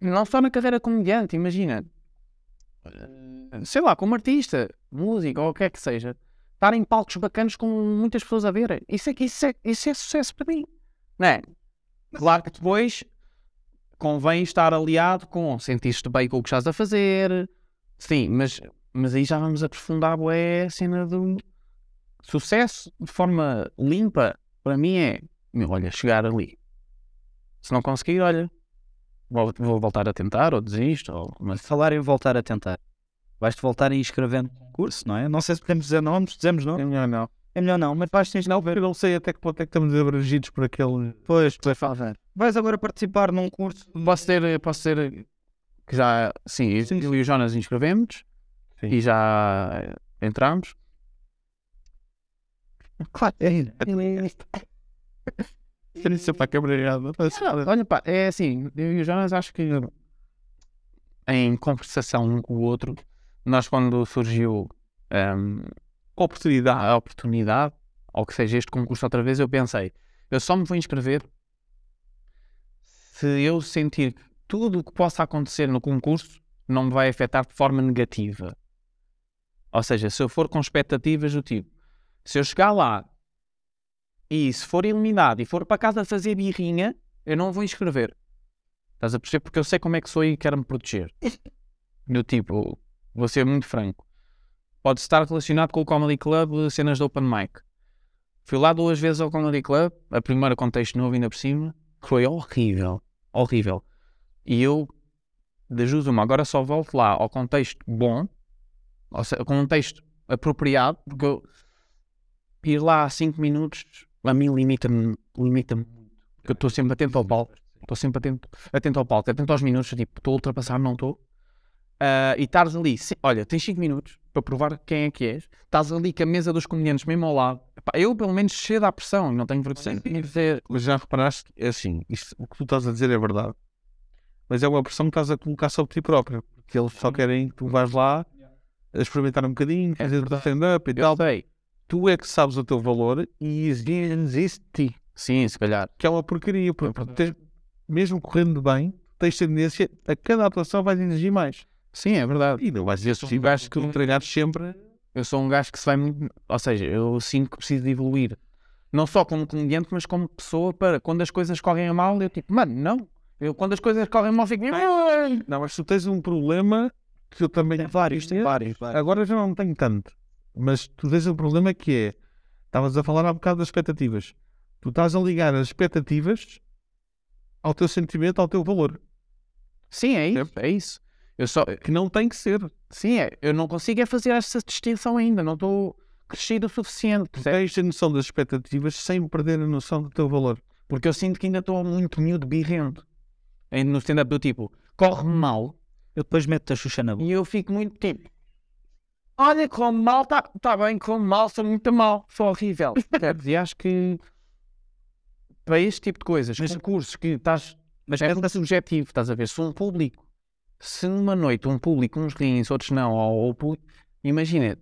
Não só na carreira comediante, imagina. Sei lá, como artista, música ou o que é que seja, estar em palcos bacanas com muitas pessoas a ver. Isso é, que- isso é, isso é sucesso para mim. Não é? Claro que depois convém estar aliado com sentir-te bem com o que estás a fazer. Sim, mas, mas aí já vamos aprofundar bué, a cena do sucesso de forma limpa. Para mim é meu, olha, chegar ali. Se não conseguir, olha, vou, vou voltar a tentar, ou desisto, ou... Mas, Falar em voltar a tentar. Vais-te voltar a inscrever no concurso, não é? Não sei se podemos dizer nomes, dizemos não. É melhor não. É melhor não, mas vais te Não, eu não sei até que ponto é que estamos abrangidos por aquele. Pois, pois, Vais agora participar num curso. Posso ter, posso ter, que já, sim, eu- Sim, sim. eu e o Jonas inscrevemos, Sim. e já entramos. Claro, é Isso para a câmara errada. Ah, olha pá, é assim, eu e o Jonas acho que em conversação um com o outro, nós quando surgiu ahm, Oportunidade. a oportunidade, ou que seja este concurso outra vez, eu pensei, eu só me vou inscrever se eu sentir que tudo o que possa acontecer no concurso não me vai afetar de forma negativa. Ou seja, se eu for com expectativas do tipo, se eu chegar lá e se for eliminado e for para casa fazer birrinha, eu não vou inscrever. Estás a perceber? Porque eu sei como é que sou e quero me proteger. Do tipo, vou ser muito franco pode estar relacionado com o Comedy Club, cenas de open mic. Fui lá duas vezes ao Comedy Club, a primeira contexto novo ainda por cima, que foi horrível, horrível. E eu, das duas uma, agora só volto lá ao contexto bom, ou seja, ao contexto apropriado, porque eu ir lá há 5 minutos a mim limita-me, limita-me muito. Porque eu estou sempre atento ao palco, estou sempre atento, atento ao palco, atento aos minutos, tipo, estou a ultrapassar, não estou. Ah, e estás ali, se- olha, tens 5 minutos para provar quem é que és, estás ali com a mesa dos comediantes mesmo ao lado. Epá, eu, pelo menos, cedo à pressão, não tenho vergonha de dizer. Mas já reparaste, que, é assim, isto- o que tu estás a dizer é verdade. Mas é uma pressão que estás a colocar sobre ti próprio. Porque eles Uhum. só querem que tu vás lá a experimentar um bocadinho, fazer stand-up e É Eu tal. sei. Tu é que sabes o teu valor e exiges isso de ti. Sim, se calhar. Que é uma porcaria. Porque tens- mesmo correndo bem, tens tendência a cada atuação vais exigir mais. Sim, é verdade. E não vais exigir Eu acho mais que- um que tu treinares sempre. Eu sou um gajo que se vai muito. Ou seja, eu sinto que preciso de evoluir. Não só como comediante, mas como pessoa, para quando as coisas correm a mal, eu tipo, mano, não. Eu, quando as coisas correm mal, fico. Não, mas tu tens um problema que eu também. É Tem vários, tem tinha. vários. vários. Agora já não tenho tanto. Mas tu tens um problema que é. Estavas a falar há bocado das expectativas. Tu estás a ligar as expectativas ao teu sentimento, ao teu valor. Sim, é isso. É isso. Eu só, Que não tem que ser. Sim, é. Eu não consigo é fazer essa distinção ainda. Não estou crescido o suficiente. Tu percebes? tens a noção das expectativas sem perder a noção do teu valor. Porque eu sinto que ainda estou muito miúdo birrento. Ainda no stand-up do tipo, corre mal. Eu depois meto-te a Xuxa na boca. E eu fico muito tipo, olha, como mal está tá bem, como mal, sou muito mal, sou horrível. Percebes? e acho que para este tipo de coisas, Mas- concursos que estás Mas é é tudo subjetivo, estás a ver? Se um público, se numa noite um público, uns riem, outros não, ou, ou público, imagina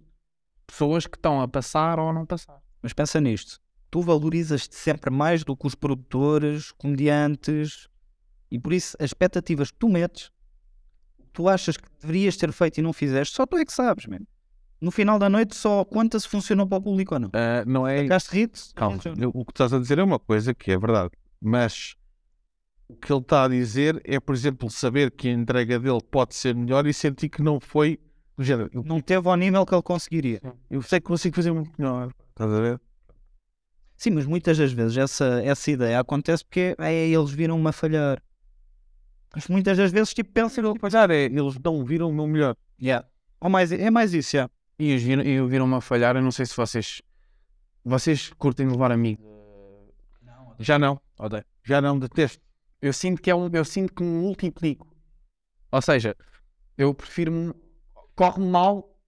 pessoas que estão a passar ou a não passar. Mas pensa nisto. Tu valorizas-te sempre mais do que os produtores, comediantes, e por isso as expectativas que tu metes, tu achas que deverias ter feito e não fizeste, só tu é que sabes, mesmo. No final da noite só conta se funcionou para o público ou não. Ah, não é. Ficaste rido? Calma, então, eu- o que tu estás a dizer é uma coisa que é verdade, mas o que ele está a dizer é, por exemplo, saber que a entrega dele pode ser melhor e sentir que não foi do género. Eu, Não teve ao nível que ele conseguiria. eu sei que consigo fazer muito melhor. Estás a ver? Sim, mas muitas das vezes essa, essa ideia acontece porque é, eles viram-me a falhar. Mas muitas das vezes tipo pensam, Pois é, eles não viram o meu melhor. yeah. Ou mais, é mais isso, yeah. E os viram- e viram-me a falhar, eu não sei se vocês. Vocês curtem levar amigo? Já não. Odeio. Já não detesto. Eu sinto que é um, eu sinto que me multiplico. Ou seja, eu prefiro corre-me mal,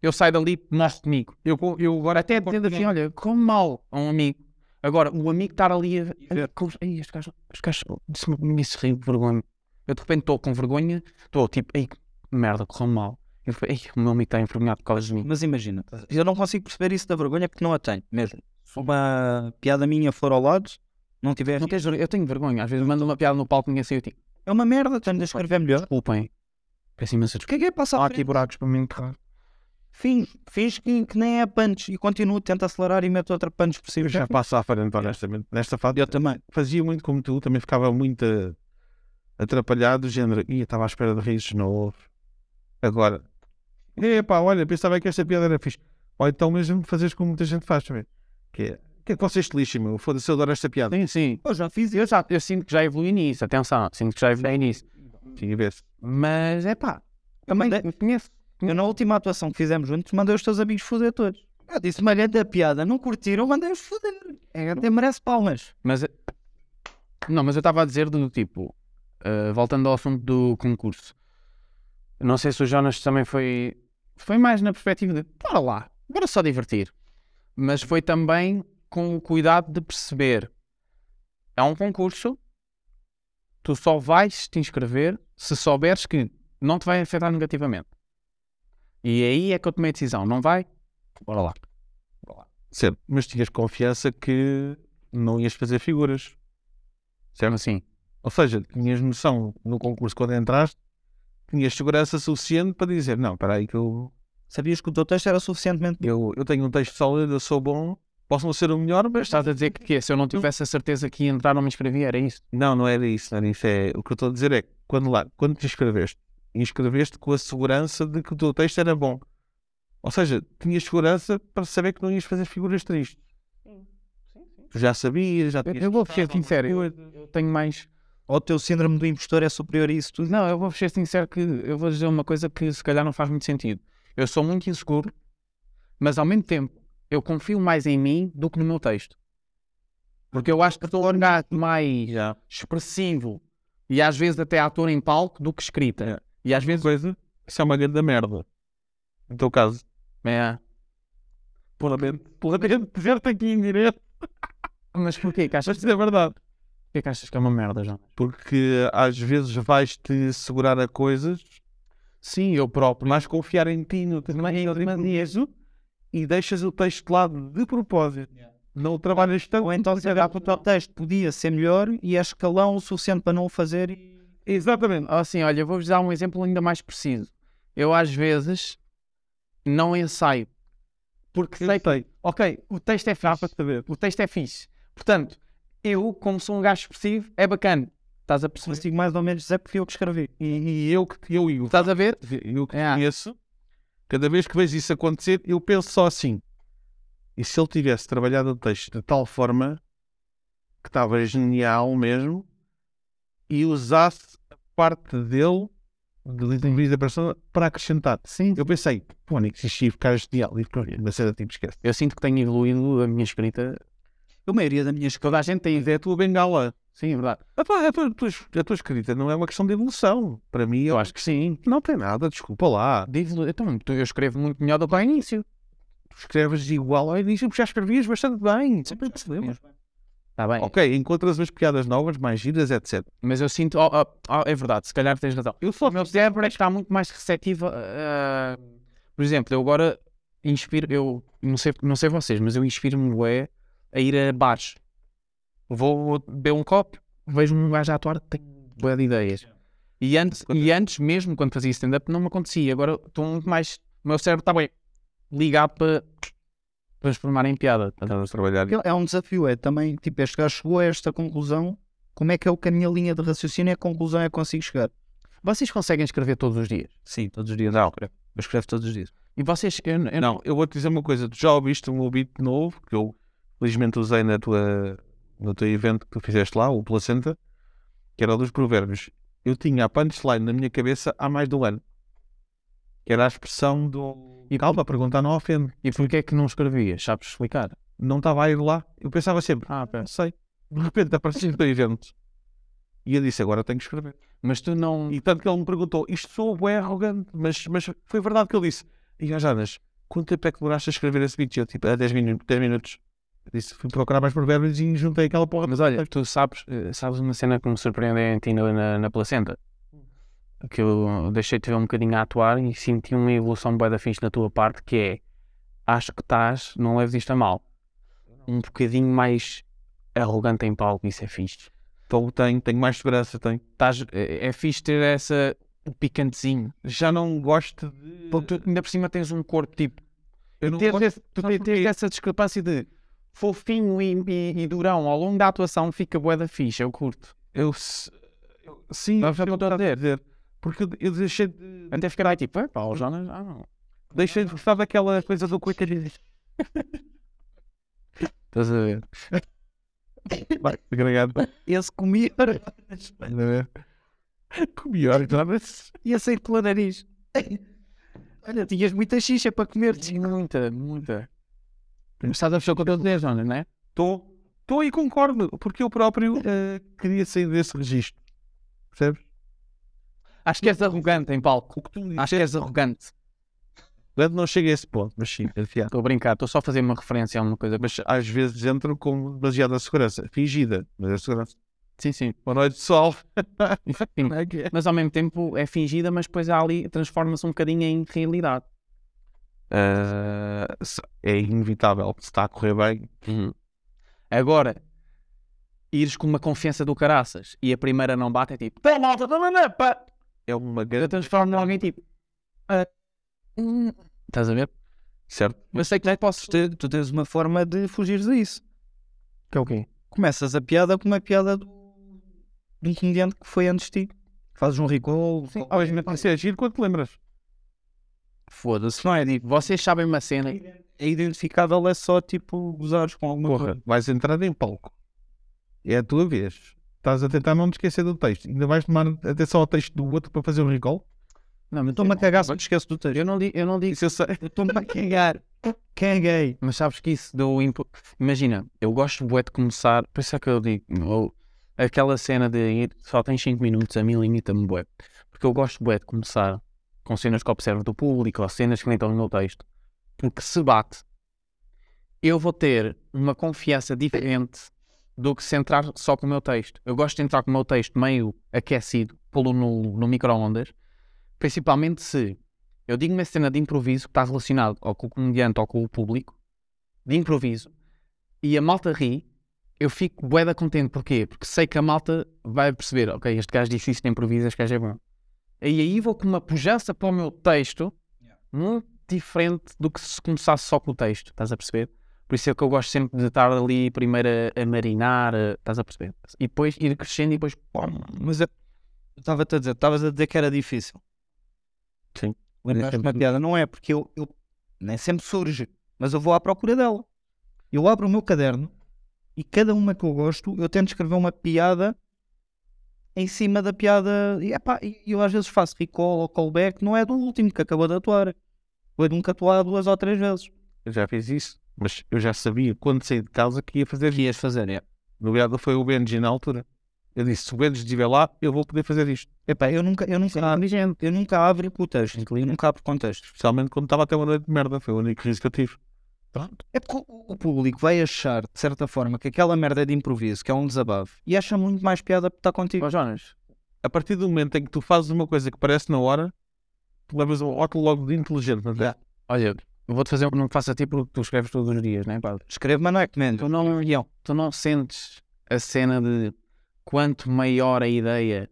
eu saio dali, morre comigo. Eu, co- eu agora até dizendo assim, olha, corre mal a um amigo. Agora, o amigo estar ali a a- com- Ei, este gajo, este gajo disse-me me sorriu de vergonha. Eu de repente estou com vergonha, estou tipo, ei, que merda, correu mal. Eu falei, ei, o meu amigo está envergonhado por causa de mim. Mas imagina, eu não consigo perceber isso da vergonha porque não a tenho, mesmo. Se uma piada minha for ao lado, não tiver. Não tens vergonha? Eu tenho vergonha. Às vezes mando uma piada no palco ninguém sei. Eu tipo, É uma merda, tenho de escrever melhor. desculpem. Peço imensa O desculpa. que é que é passar Há à aqui frente? buracos para mim enterrar. Fiz, fiz que, que nem é punch e continuo, tento acelerar e meto outra punch por cima. Eu já passo à frente, honestamente. Nesta fase, Eu também. fazia muito como tu, também ficava muito eh, atrapalhado, do género, e estava à espera de rir de novo. Agora, epá, olha, pensava que esta piada era fixe. Ou então mesmo fazeres como muita gente faz também. Que é, que é que vocês te lixem, meu? Foda-se, eu adoro esta piada. Sim, sim. Eu já fiz Eu, isso. já, eu sinto que já evolui nisso, atenção, sinto que já evolui nisso. Tinha a ver. Mas é pá, Eu, mandei, eu conheço. eu na última atuação que fizemos juntos, mandei os teus amigos foder todos. Eu disse, malha da piada, não curtiram, mandei-os foder. É, até merece palmas. Mas não, mas eu estava a dizer do tipo, eh, voltando ao assunto do concurso, não sei se o Jonas também foi. Foi mais na perspectiva de bora lá, bora só divertir. Mas foi também com o cuidado de perceber. É um concurso, tu só vais te inscrever se souberes que não te vai afetar negativamente. E aí é que eu tomei a decisão, não vai? Bora lá. Certo. Mas tinhas confiança que não ias fazer figuras. Certo? Assim. Ou seja, tinhas noção no concurso quando entraste, tinhas segurança suficiente para dizer, não, espera aí que eu Sabias que o teu texto era suficientemente. Eu, eu tenho um texto sólido, eu sou bom, posso não ser o melhor, mas Estás a dizer que, que se eu não tivesse a certeza que ia entrar, não me inscrevia, era isso? Não, não era isso, não era isso. É, o que eu estou a dizer é que quando lá, quando te inscreveste, inscreveste com a segurança de que o teu texto era bom. Ou seja, tinhas segurança para saber que não ias fazer figuras tristes. Tu já sabias, já Eu, tinhas. eu vou ser sincero, eu, eu tenho mais. Ou o teu síndrome do impostor é superior a isso tudo. Não, eu vou ser sincero que eu vou dizer uma coisa que se calhar não faz muito sentido. Eu sou muito inseguro, mas ao mesmo tempo eu confio mais em mim do que no meu texto. Porque eu acho que estou um gajo mais Já. expressivo e às vezes até ator em palco do que É. escrita. E às vezes. coisa, isso é uma grande merda. No teu caso. É. Lamento, lamento dizer-te aqui em direto, Mas porquê que achas, mas isso é verdade. porquê que, achas que é uma merda, João? Porque às vezes vais-te segurar a coisas Sim, eu próprio. mas confiar em ti no teu isso e deixas o texto de lado de propósito. Não o trabalhas tanto. Ou então se olhar para o teu texto podia ser melhor e é escalão o suficiente para não o fazer e Exatamente. Assim, olha, eu vou-vos dar um exemplo ainda mais preciso. Eu, às vezes, não ensaio. Porque sei que, sei. ok, o texto é Dá para fixe. saber. O texto é fixe. Portanto, eu, como sou um gajo expressivo, é bacana. Estás a perceber? Consigo mais ou menos dizer porque fui eu que escrevi. E, e eu que eu, eu, Estás a ver? eu que É. conheço, cada vez que vejo isso acontecer, eu penso só assim. E se ele tivesse trabalhado o texto de tal forma que estava genial mesmo e usasse a parte dele, de linguagem da pessoa, para acrescentar. Sim. Eu pensei, pô, Nick, se isto ia ficar genial, e pronto, mas era tipo, esquece. Eu sinto que tenho evoluído a minha escrita. A maioria da minha escrita. Toda a gente tem. Mas é a tua bengala. Sim, é verdade. A tua, a tua- a tua es- a tua escrita não é uma questão de evolução. Para mim, eu Eu acho que sim. não tem nada, desculpa lá. De evolu- Então, tu- eu escrevo muito melhor do que ao início. Tu escreves igual ao início, porque já escrevias bastante bem. Sempre problema. Está Tá bem. Ok, encontras umas piadas novas, mais giras, etc. Mas eu sinto. oh, oh, oh, é verdade, se calhar tens razão. Eu só O meu cérebro é que está muito mais receptivo. a- a- Por exemplo, eu agora inspiro. Eu não sei, não sei vocês, mas eu inspiro-me bué a ir a bares. Vou beber um copo, vejo um gajo a atuar, tenho bué de ideias. E antes, e antes mesmo, quando fazia stand-up, não me acontecia. Agora estou muito mais. O meu cérebro está bem ligado para transformar em piada. tá? Estás a trabalhar. Porque É um desafio, é também, tipo, este gajo chegou a esta conclusão, como é que é o que a minha linha de raciocínio e a conclusão é que consigo chegar? Vocês conseguem escrever todos os dias? Sim, todos os dias. Não. Escrevo. Eu escrevo todos os dias. E vocês. Eu, eu Não, eu vou-te dizer uma coisa. Tu já ouviste um meu beat novo, que eu felizmente usei na tua, no teu evento que tu fizeste lá, o Placenta, que era o dos provérbios. Eu tinha a punchline na minha cabeça há mais de um ano. Que era a expressão do... E- Calma, a perguntar não ofende. E porquê é que não escrevias? Sabes explicar? Não estava a ir lá. Eu pensava sempre, Ah, pá. não sei. De repente apareceu no teu evento. E eu disse, agora tenho que escrever. Mas tu não. E tanto que ele me perguntou, isto sou bem arrogante, mas, mas foi verdade que ele disse. E as Anas, quanto tempo é que demoraste a escrever esse vídeo? Eu, tipo, há 10 minutos. 10 minutos. Eu disse, fui procurar mais provérbios e juntei aquela porra. Mas olha, tu sabes, eh, sabes uma cena que me surpreendeu em ti na, na, na placenta? Que eu deixei-te ver um bocadinho a atuar e senti uma evolução bué da fixe na tua parte, que é acho que estás, não leves isto a mal. Um bocadinho mais arrogante em palco, isso é fixe. Então tenho, tenho mais segurança, tenho. Estás, é, é fixe ter essa o picantezinho. Já não gosto de... Porque tu ainda por cima tens um corpo tipo. eu não Tens gosto- esse- tu Sabe tens, tens porquê? essa discrepância de fofinho e, e, e durão ao longo da atuação fica bué da fixe, eu curto. Eu, se- eu- sim, Mas já eu- estou a dizer. porque eu, eu deixei de... Até ficar aí tipo, epá, o Jonas, ah não. Deixei de gostar daquela coisa do coitadinho. Estás a ver? Vai, agregado. Esse comer é? Melhor, nada. e assim sair pelo nariz. Olha, tinhas muita xixa para comer. Muita, muita. Mas estás a fechar com o teu dedo, Jonas, não é? Estou. Estou e concordo, porque eu próprio eh, queria sair desse registro. Percebes? Acho que és arrogante em palco. O que tu me Acho que és arrogante. disseste, não chega a esse ponto, mas sim, confiar. Estou a brincar, estou só a fazer uma referência a uma coisa. Mas, Mas às vezes entro com demasiada segurança, fingida, mas é segurança. sim, sim. Boa noite, pessoal. Enfim. Como é que é? Mas ao mesmo tempo é fingida, mas depois há ali transforma-se um bocadinho em realidade. Ah, se- é inevitável, se está a correr bem. Agora, ires com uma confiança do caraças e a primeira não bate é tipo, pá, malta, pá, pá, pá. É uma Eu grande. transformo logo em tipo, ah, hum. estás a ver? Certo? Mas sei que não posso. é Tu, tu tens uma forma de fugir disso. Que é o quê? Começas a piada com uma piada do, de um comediante que foi antes de ti. Fazes um recall. Sim. Ao mesmo tempo, isso é giro quando te lembras. Foda-se, não é? Tipo, Vocês sabem uma cena é identificável, é só tipo gozares com alguma Porra, coisa. vais entrar em palco. É a tua vez. Estás a tentar não te esquecer do texto. Ainda vais tomar atenção ao texto do outro para fazer o recall? Não, mas Estou-me a cagar se me esqueço do texto. Eu não, digo, eu não digo. Isso eu sei. Estou-me a cagar. Caguei. Mas sabes que isso deu input. Imagina, eu gosto bué de começar. Por isso é que eu digo. ou aquela cena de ir, só tens 5 minutos, a mim limita-me bué. Porque eu gosto bué de começar com cenas que observo do público ou cenas que nem estão no meu texto. Porque se bate, eu vou ter uma confiança diferente do que se entrar só com o meu texto. Eu gosto de entrar com o meu texto meio aquecido, pô-lo no, no micro-ondas, principalmente se eu digo uma cena de improviso que está relacionado ou com o comediante ou com o público, de improviso, e a malta ri, eu fico bué da contente. Porquê? Porque sei que a malta vai perceber, ok, este gajo disse isso de improviso, este gajo é bom. E aí vou com uma pujança para o meu texto muito diferente do que se começasse só com o texto, estás a perceber? Por isso é que eu gosto sempre de estar ali primeiro a, a marinar, a- estás a perceber? E depois ir crescendo e depois. pum. Mas é, eu estava-te a dizer, estavas a dizer que era difícil. Sim. Lembraste uma piada, não é? Porque eu, eu- nem sempre surge, mas eu vou à procura dela. Eu abro o meu caderno e cada uma que eu gosto, eu tento escrever uma piada em cima da piada. E epá, e eu às vezes faço recall ou callback, não é do último que acabou de atuar. Foi de um que atuar duas ou três vezes. Eu já fiz isso, mas eu já sabia quando saí de casa que ia fazer ias fazer, é? No verdade, foi o Benji na altura. Eu disse: se o Benji estiver lá, eu vou poder fazer isto. Epá, eu nunca, eu nunca, é eu nunca abro com o texto, eu nunca abro com o texto. Especialmente quando estava até uma noite de merda. Foi o único risco que eu tive. Pronto. É porque o o público vai achar, de certa forma, que aquela merda é de improviso, que é um desabafo, e acha muito mais piada por estar contigo. Ó, Jonas, A partir do momento em que tu fazes uma coisa que parece na hora, tu levas um rótulo logo de inteligente. Não é? olha, eu vou-te fazer um não faço a ti porque tu escreves todos os dias, não é, padre? Escreve, mas não é comendo. Tu não, tu não sentes a cena de quanto maior a ideia,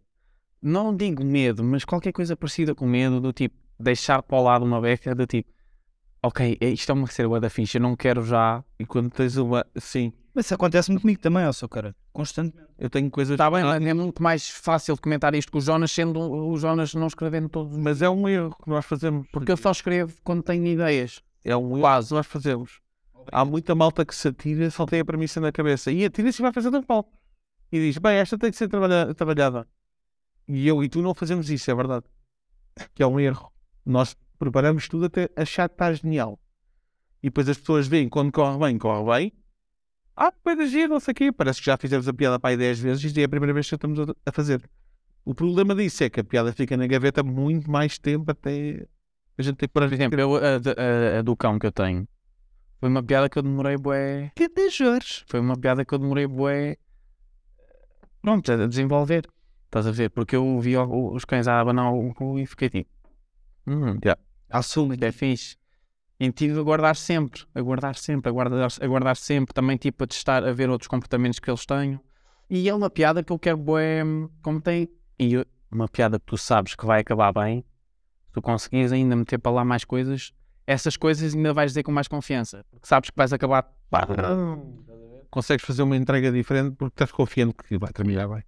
não digo medo, mas qualquer coisa parecida com medo, do tipo deixar para o lado uma beca, do tipo, ok, isto é uma reserva da ficha, eu não quero já. E quando tens uma. Sim, Mas isso acontece-me comigo também, ó, seu cara. Constantemente. eu tenho coisas. Está bem, é muito mais fácil de comentar isto que o Jonas, sendo o Jonas não escrevendo todos. os- Mas é um erro que nós fazemos. Porque eu só escrevo quando tenho ideias. é um erro que nós fazemos. Há muita malta que se atira, só tem a premissa na cabeça. E atira-se e vai fazer normal. E diz: bem, esta tem que ser trabalha- trabalhada. E eu e tu não fazemos isso, é verdade. Que é um erro. Nós preparamos tudo até achar que está genial. E depois as pessoas veem quando corre bem, corre bem. Ah, coisa gira, não sei o quê. Parece que já fizemos a piada para aí 10 vezes e é a primeira vez que a estamos a- a fazer. O problema disso é que a piada fica na gaveta muito mais tempo até a gente ter que parar Por exemplo, eu, a, de- a- a do cão que eu tenho foi uma piada que eu demorei bué Que de Jorge. foi uma piada que eu demorei bué pronto, a desenvolver estás a ver, porque eu vi o- o- os cães a abanar o cu e fiquei tipo hum, Assume. é fixe e tive a guardar sempre a guardar sempre, a guardar, a guardar sempre também tipo a testar, a ver outros comportamentos que eles têm e é uma piada que eu quero bué hum, como tem e eu- uma piada que tu sabes que vai acabar bem se tu conseguires ainda meter para lá mais coisas essas coisas ainda vais dizer com mais confiança porque sabes que vais acabar pá, Hum. consegues fazer uma entrega diferente porque estás confiante que vai terminar bem.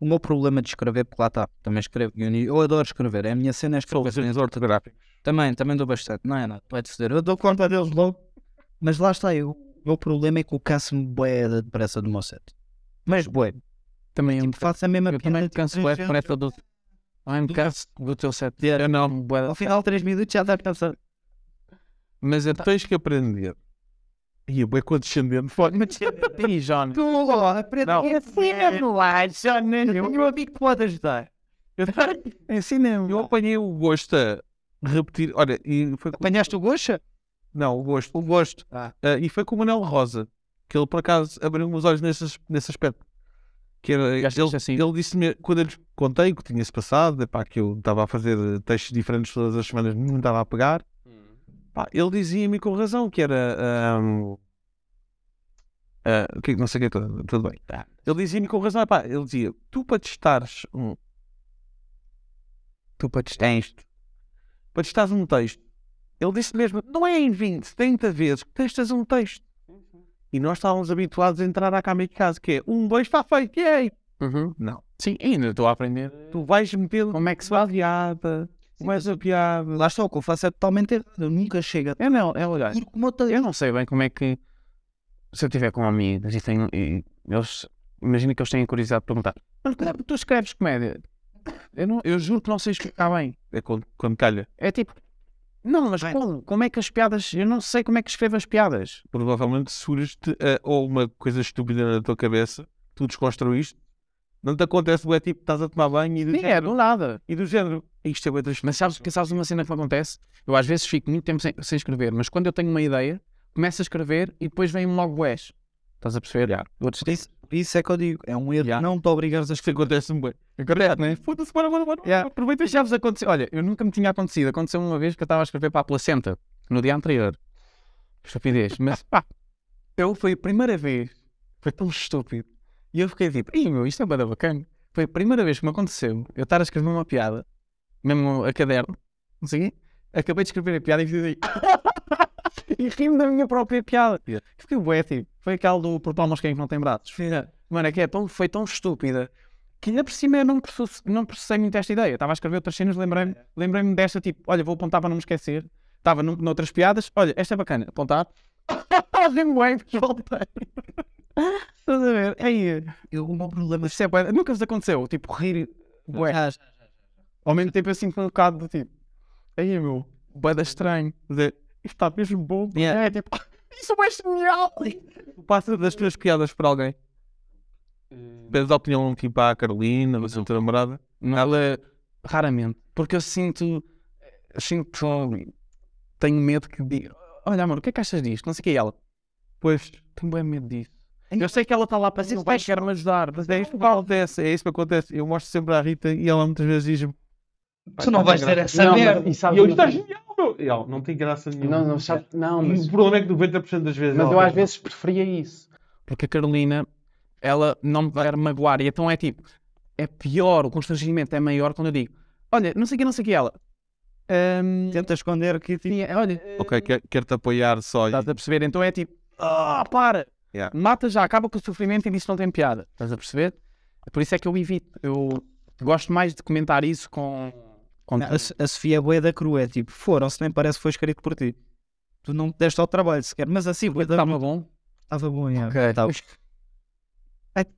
O meu problema de escrever, porque lá está, também escrevo. Eu, eu adoro escrever, é a minha cena é escrever. ortográfico. Também, também dou bastante. Não é nada, vai-te foder. Eu dou conta deles logo. Mas lá está, eu. O meu problema é que eu canso-me bué da depressa do meu set. Mas bué, também é um tipo, faço a mesma Eu também me piada. canso bué de pressa do... Também me canso do teu set. Eu não, bué. Ao final de 3 minutos já está cansado. Mas é, tens que aprender. E o bem condescendente foi. Ih, John. Tu, é ó, aprende Não. ensina-me lá, já não É, eu, assim, meu amigo pode ajudar. Ensina-me. Eu apanhei o gosto a repetir. Olha, e foi com... Apanhaste o gocha? Não, o gosto. O gosto. Ah, e foi com o Manuel Rosa, que ele por acaso abriu meus olhos nesse, nesse aspecto. Que era, Gaste ele, assim. ele disse-me, quando eu lhe contei o que tinha-se passado, epá, que eu estava a fazer eh, textos diferentes todas as semanas, não estava a pegar, pá, ele dizia-me com razão que era. ahm, ah, o que, não sei o que, tudo, tudo bem. Tá. Ele dizia-me com razão, epá, ele dizia: tu para testares um, Tu para testar. texto. Para testares um texto. Ele disse mesmo, não é em 20, 30 vezes que testas um texto. E nós estávamos habituados a entrar à cama de casa, que é um, dois, está feito, yay! Não. Sim, ainda estou a aprender. Tu vais metendo Como é que se uma faz? piada, é mais a piada. Lá está, o que eu faço é totalmente errado. Eu nunca chego a. Eu não, é olhar. Porque o meu texto- Eu não sei bem como é que... Se eu tiver com amigos e tenho... e eles... Imagina que eles têm curiosidade de perguntar. Mas como é que tu escreves comédia? Eu, não, eu juro que não sei explicar bem. É quando, quando calha. É tipo... Não, mas Bem. como? Como é que as piadas... Eu não sei como é que escrevo as piadas. Provavelmente surge-te eh, ou uma coisa estúpida na tua cabeça, tu desconstruíste, não te acontece, é tipo, estás a tomar banho e do, Nem é, género, do nada. e do género. Isto é bem triste. Mas sabes, que- sabes uma cena que me acontece? Eu às vezes fico muito tempo sem, sem escrever, mas quando eu tenho uma ideia, começo a escrever e depois vem-me logo bués. Estás a perceber? Outros Por isso, por isso é que eu digo, é um erro. Já. Não te obrigares a Isto escrever. acontece-me bem. Acontece, não é? Foda-se, bora, bora, bora. Yeah. Aproveita e já vos aconteceu. Olha, eu nunca me tinha acontecido. Aconteceu uma vez que eu estava a escrever para a placenta, no dia anterior. Estupidez. Mas pá, eu foi a primeira vez. Foi tão estúpido. E eu fiquei tipo, ih meu, isto é bada bacana. Foi a primeira vez que me aconteceu eu estar a escrever uma piada, mesmo a caderno, não sei o quê. Acabei de escrever a piada e fiz assim. e rimo da minha própria piada. Yeah. Fiquei bué, tipo. Foi aquela do por palmas quem é que não tem braços. Mano, é que é tão, foi tão estúpida que ainda por cima eu não, process, não processei muito esta ideia. Estava a escrever outras cenas, lembrei-me lembrei desta, tipo, olha, vou apontar para não me esquecer. Estava num- noutras piadas, olha, esta é bacana, apontar. Fazem bem, mas voltei. Estás a ver? Aí, Eu, o meu problema mas isso é bué- Nunca vos aconteceu, tipo, rir, bué. Já, já. Ao mesmo tempo eu sinto um bocado do tipo, aí meu, bada estranho, Quer dizer, isto está mesmo bom, Yeah. é tipo, isso é genial! Passa das tuas piadas para alguém. Pedes a opinião tipo à Carolina, mas a tua namorada. Ela, raramente, porque eu sinto, eu sinto, tenho medo que diga, olha amor, o que é que achas disto? Não sei o que é ela, Pois. tenho bem medo disso. Eu sei que ela está lá para Mas isso não vai vai- querer me ajudar, mas é É isto isso que que vale. acontece, é isso que acontece. Eu mostro sempre à Rita e ela muitas vezes diz-me: Tu não vais ter essa merda. tá E eu, isto é genial, meu! E ela, não tem graça nenhuma. não, E o problema é que 90% das vezes. Mas ela eu tem às vezes preferia isso. Porque a Carolina, ela não me vai magoar. E então é tipo, é pior, o constrangimento é maior quando eu digo: Olha, não sei o que, não sei o que ela. "Ahm, Tenta esconder que tipo, sim, olha, razão. Ok, quer- quero-te apoiar só. e- estás a perceber? Então é tipo: Ah, para! Yeah. Mata já, acaba com o sofrimento e disso não tem piada. Estás a perceber? Por isso é que eu evito. Eu gosto mais de comentar isso com. com Não, a, So- a Sofia Boé da Crua é tipo, foram-se, nem parece que foi escrito por ti. Tu não te deste ao trabalho sequer, mas assim, Boé da Está Crua bom? estava bom, é. Ok. tá Tava.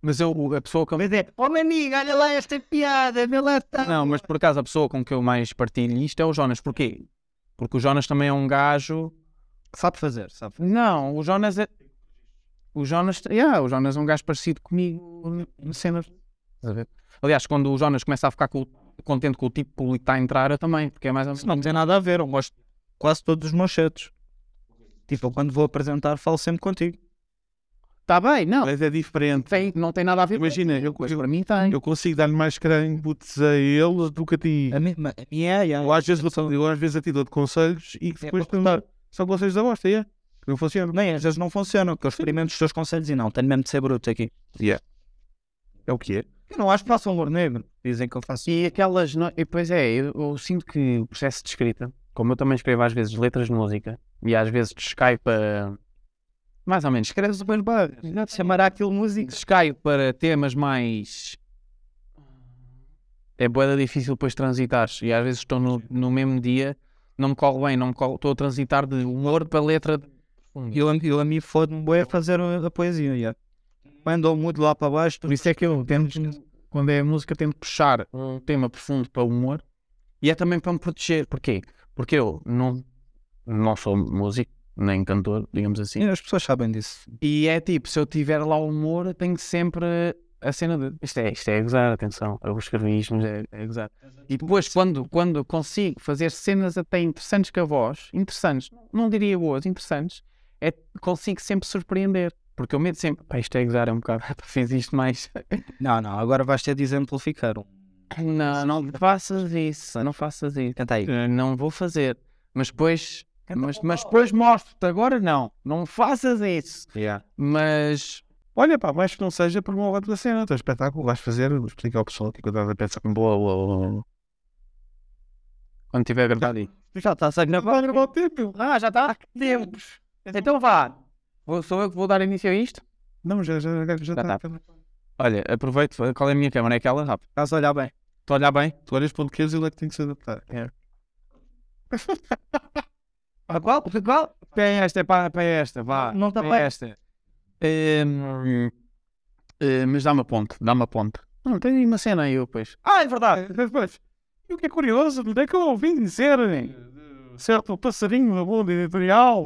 Mas eu, a pessoa que eu Mas é, oh maninho, olha lá esta piada, vê lá está. Não, mas por acaso a pessoa com que eu mais partilho isto é o Jonas. Porquê? Porque o Jonas também é um gajo. Sabe fazer, sabe fazer. Não, o Jonas é. O Jonas. Yeah, o Jonas é um gajo parecido comigo em cenas. Estás a ver? Aliás, quando o Jonas começa a ficar com o- contente com o tipo público que está a entrar, eu também, porque é mais ou Isso não tem nada a ver, eu gosto de quase todos os meus sets. Tipo, eu quando vou apresentar, falo sempre contigo. Está Tá bem, não. Mas é diferente. Tem, não tem nada a ver com Imagina, eu, Mas eu, para mim tem. eu consigo dar-lhe mais inputs a ele do que a ti. A mim, ma- a mim é, é. Eu às vezes, dou- eu às vezes a ti dou-te conselhos e que depois tu não. São conselhos da bosta, é? Não funciona. Nem, às vezes não funciona, porque eu experimento os teus conselhos e não, tenho mesmo de ser bruto aqui. É o que é. Eu não acho que faço um louro negro. Dizem que eu faço. E aquelas. No... e, Pois é, eu, eu sinto que o processo de escrita, como eu também escrevo às vezes letras de música e às vezes de Skype eh, para. Mais ou menos, escreves depois para. Chamará aquilo música. De Skype para temas mais. É boeda difícil depois transitar e às vezes estou no, no mesmo dia, não me corre bem, não me corre- estou a transitar de humor para letra. de- Eu, eu a mim fode-me bué fazer a, a poesia, yeah. Mandou o mudo lá para baixo, Por isso é que eu tento, quando é música, tento puxar um tema profundo para o humor e é também para me proteger. Porquê? Porque eu não, não sou músico, nem cantor, digamos assim. Sim, as pessoas sabem disso. E é tipo, se eu tiver lá o humor, tenho sempre a cena de isto é, isto é a gozar, atenção, eu escrevi isto, mas é, é a gozar. E depois, quando, quando consigo fazer cenas até interessantes com a voz, interessantes, não diria boas, interessantes, é, consigo sempre surpreender. Porque eu medo sempre, pá, isto é a gozar, é um bocado, pá, fiz isto mais. Não, não, agora vais ter de exemplificar. não, não faças isso, não faças isso. Canta aí. Eh, Não vou fazer. Mas depois, mas, mas depois mostro-te, agora não, não faças isso. Mas Olha, pá, mais que não seja por uma outra cena. O teu espetáculo vais fazer, explica ao pessoal o que é que eu estava a pensar. Boa, boa, boa, boa. quando tiver gravado Já está a gravar. Olha, bom tempo. Ah, já está? Temos. Então vá. Vou- sou eu que vou dar início a isto? Não, já já já já tá. está. Olha, aproveito. Qual é a minha câmera? É aquela? Rápido. Estás a olhar bem. Estou a olhar bem? Tu olhas para onde queres e ele é que tem que se adaptar. Para qual? Para qual? Para esta, é para, para esta. Vá. Não está para bem. esta. Hum, hum, mas dá-me a ponte. Dá-me a ponte. Não, tem uma cena aí, eu, pois. Ah, é verdade. Mas, e o que é curioso, onde é que eu ouvi dizer, né? certo passarinho no mundo editorial,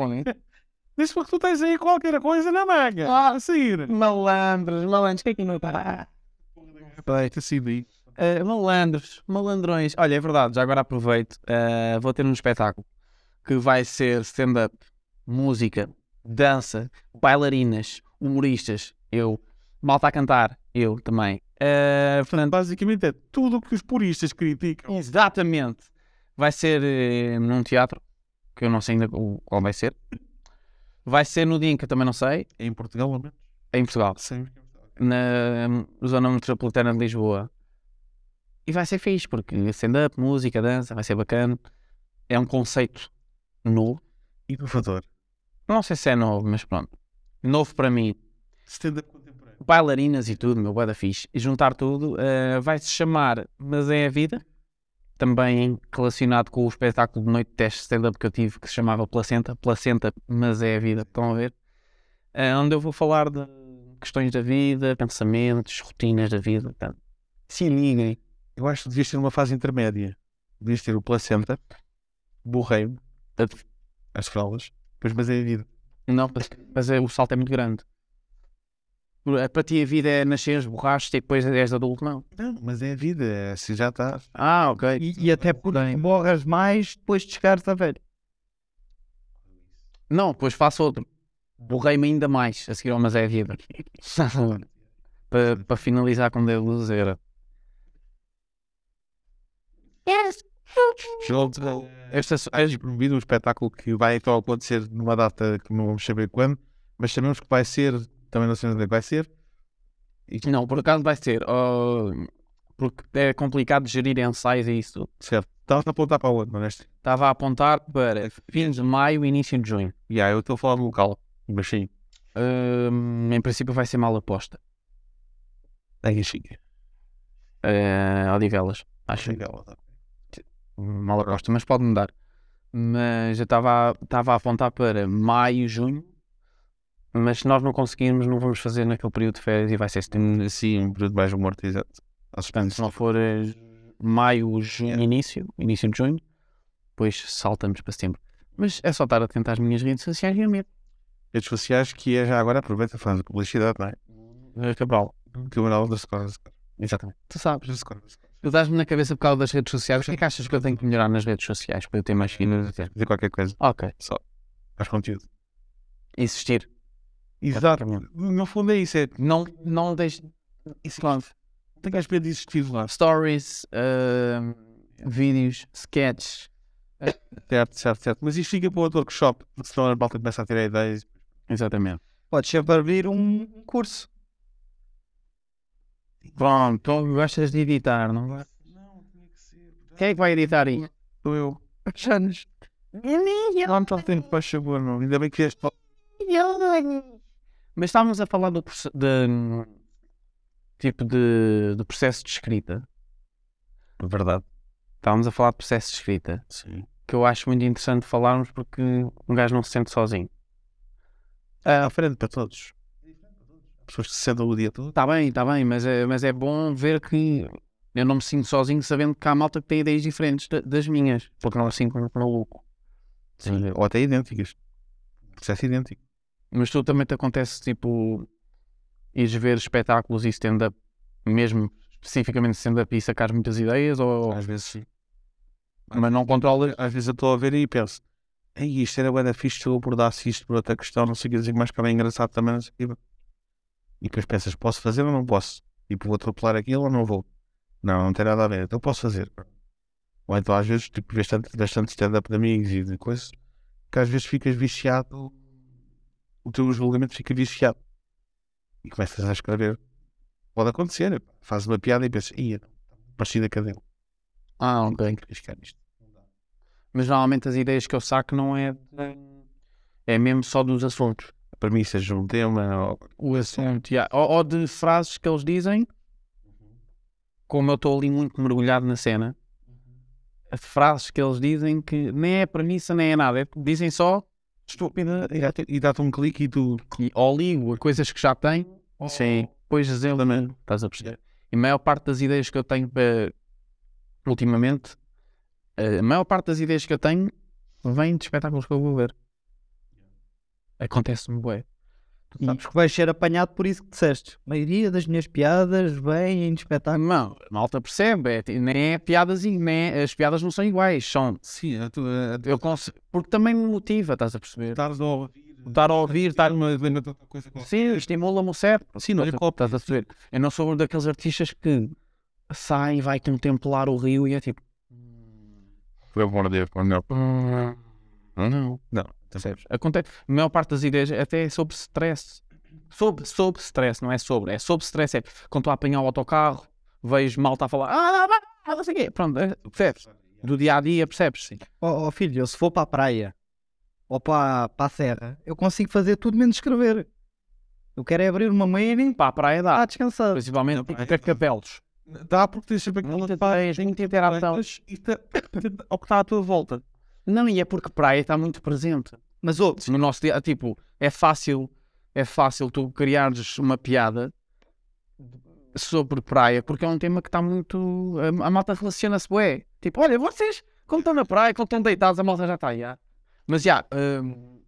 diz que tu tens aí qualquer coisa na manga, a sair. Malandros, malandros. O que é que não está? Pai, ter sido aí. Uh, malandros, malandrões. Olha, é verdade, já agora aproveito. uh, vou ter um espetáculo que vai ser stand-up, música, dança, bailarinas, humoristas. Eu, malta a cantar, eu também. Uh, portanto, Basicamente é tudo o que os puristas criticam. Exatamente. Vai ser eh, num teatro, que eu não sei ainda o- qual vai ser. Vai ser no dia em que eu também não sei, É em Portugal, ou menos? em Portugal, Sim. na hum, zona metropolitana de Lisboa. E vai ser fixe, porque stand-up, música, dança, vai ser bacana. É um conceito novo. Inovador. Não sei se é novo, mas pronto. Novo para mim. Stand-up contemporâneo. Bailarinas e tudo, meu, bué da fixe. E juntar tudo, eh, vai-se chamar Mas é a Vida. Também relacionado com o espetáculo de noite de teste stand-up que eu tive, que se chamava Placenta. Placenta, Mas é a Vida, estão a ver? Eh, onde eu vou falar de questões da vida, pensamentos, rotinas da vida. Portanto, se liguem. Eu acho que devias ter uma fase intermédia. Devias ter o placenta, borreio, as fraldas, depois mas é a vida. Não, mas, mas é- o salto é muito grande. Por- Para ti a vida é nasceres, borraste e depois és adulto, não. Não, mas é a vida, é assim já está. Ah, ok. E, e até porque Bem. morras mais depois de chegares a velho. Não, depois faço outro. Borrei-me ainda mais a seguir ao Mas é a Vida. para, para finalizar com dedo luzeira. Jogo. Esta, so- Há promovido um espetáculo que vai então acontecer numa data que não vamos saber quando, mas sabemos que vai ser, também não sabemos onde é que vai ser. não, por acaso vai ser. oh, porque é complicado gerir ensaios e isso. tudo. Certo. Estavas a apontar para onde, não é? Estava a apontar para fins de maio, início de junho. E aí eu estou a falar do local, mas sim. Hum, em princípio vai ser mal aposta. Aí a Chica. Uh, Odivelas, acho. é mal gosto, mas pode mudar. Mas eu estava a- estava a apontar para maio, junho. Mas se nós não conseguirmos, não vamos fazer naquele período de férias e vai ser assim, setembro. Sim, um período mais amortizado. Portanto, se não for eh, maio, junho, início, início de junho, depois saltamos para setembro. Mas é só estar atento às minhas redes sociais e a medo. Redes sociais que é já agora, aproveita e faz a publicidade, não é? Cabral. Cabral underscore underscore. Exatamente. Tu sabes. underscore, underscore. Tu dás-me na cabeça por causa das redes sociais. O que é que achas que eu tenho que melhorar nas redes sociais para eu ter mais seguidores? Dizer qualquer coisa, Ok. faz conteúdo. Insistir. Exato. No fundo é isso, é. Não, não deixe. Claro. Não tenhas medo de existir lá. stories, ahm, vídeos, sketches. Certo, certo, certo. Mas isto fica para outro workshop, porque senão a malta começa a tirar ideias. Exatamente. Podes sempre abrir um curso. Bom, tu gostas de editar, não gostas? Não, tinha que ser. Quem é que vai editar aí? Sou eu. Não me está tempo, faz favor, meu. Ainda bem que vieste para. Mas estávamos a falar do proce- de, tipo de, do processo de escrita. Verdade. Estávamos a falar de processo de escrita, Sim. que eu acho muito interessante falarmos porque um gajo não se sente sozinho. Ah, À frente para todos. Pessoas que se sentam o dia todo. Está Tá bem, está bem, mas é, mas é bom ver que eu não me sinto sozinho sabendo que há malta que tem ideias diferentes da- das minhas, porque não me sinto maluco. Ou até idênticas. Processo idêntico. Mas tu também te acontece, tipo, ires ver espetáculos e stand-up, mesmo especificamente stand-up, e sacares muitas ideias, ou... Às vezes sim. mas não controlas? Às vezes eu estou a ver e penso. Ei, isto era bué da fixe se eu abordasse isto por outra questão, não sei o que dizer, mas que era engraçado também, não sei o quê. E depois pensas, posso fazer ou não posso? Tipo, vou atropelar aquilo ou não vou? Não, não tem nada a ver, então posso fazer. Ou então às vezes, tipo, vês tanto, vês tanto stand-up de amigos e de coisas, que às vezes ficas viciado, o teu julgamento fica viciado. E começas a escrever. Pode acontecer, pá. fazes uma piada e pensas, ia, parecida com a dele. Ah, Não tem ok. que arriscar isto. Mas normalmente as ideias que eu saco não é... É mesmo só dos assuntos. Para mim, seja um tema ou O assunto, yeah. ou, ou de frases que eles dizem, como eu estou ali muito mergulhado na cena, frases que eles dizem que nem é premissa, nem é nada. é- Dizem só, estúpida e dá-te- e dá-te um clique e tu e, ou ligo a coisas que já tenho, Sim. depois dizem também Estás a perceber? E a maior parte das ideias que eu tenho para ultimamente, eh, a maior parte das ideias que eu tenho vem de espetáculos que eu vou ver. Acontece-me bué. E Sabes que vais ser apanhado por isso que disseste. A maioria das minhas piadas vem em espetáculo. Ah, Não, a malta percebe, é, ti- nem é piadas e nem é- as piadas não são iguais, são. sim, a tu a Eu consigo, porque também me motiva, estás a perceber? estares a ouvir Estar a ouvir, estar uma outra coisa Sim, estimula-me o cérebro. Sim, não é estás, estás a perceber? Eu não sou um daqueles artistas que sai e vai contemplar o rio e é tipo. Foi bom Deus, não. "Hum, Não, não. tá Percebes? Acontece. A maior parte das ideias até é sobre stress. Sobre, sobre stress, não é sobre. É sobre stress. É quando estou a apanhar o autocarro, vejo malta a falar. Ah, não, não, não sei o quê. Pronto, é, percebes? Do dia a dia, percebes? Sim. Ó oh, filho, eu se for para a praia ou para, para a serra, eu consigo fazer tudo menos escrever. Eu quero é abrir uma mail e Pá, a praia ah, dá. descansado. Principalmente Não, pá, ter capelos. Dá porque tens sempre aquela Muita pá, tens muita interação. plantas e tá- ao que está à tua volta. Não, e é porque praia está muito presente. Mas oh, No nosso dia, tipo, é fácil, é fácil tu criares uma piada sobre praia, porque é um tema que está muito. hum, A, a malta relaciona-se bué. Tipo, olha, vocês, quando estão na praia, quando estão deitados, a malta já está aí. já. Mas já, hum,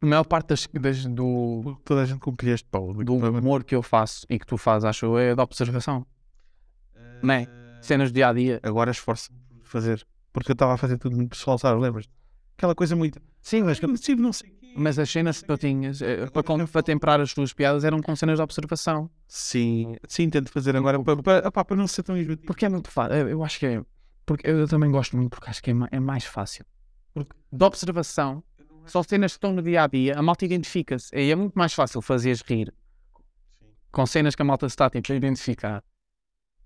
a maior parte das- das- do, Porque toda a gente compre este pau. do humor que eu faço e que tu fazes, acho eu, é da observação. Não é? Cenas do dia a dia. Agora esforço-me por fazer. Porque eu estava a fazer tudo muito pessoal, sabes? Lembras? Aquela coisa muito. "Ah, Sim, mas, Eu tive não sei o quê. mas as cenas que tu tinhas eh, para, com- para temperar as tuas piadas eram com cenas de observação. Sim, sim, tento fazer agora para, para, opá, para não ser tão esbatido. Porque é muito fácil. Eu acho que é. Porque eu também gosto muito porque acho que é, ma- é mais fácil. Porque de observação, só cenas que estão no dia a dia, a malta identifica-se. E é muito mais fácil fazeres rir com cenas que a malta se está tipo, a identificar.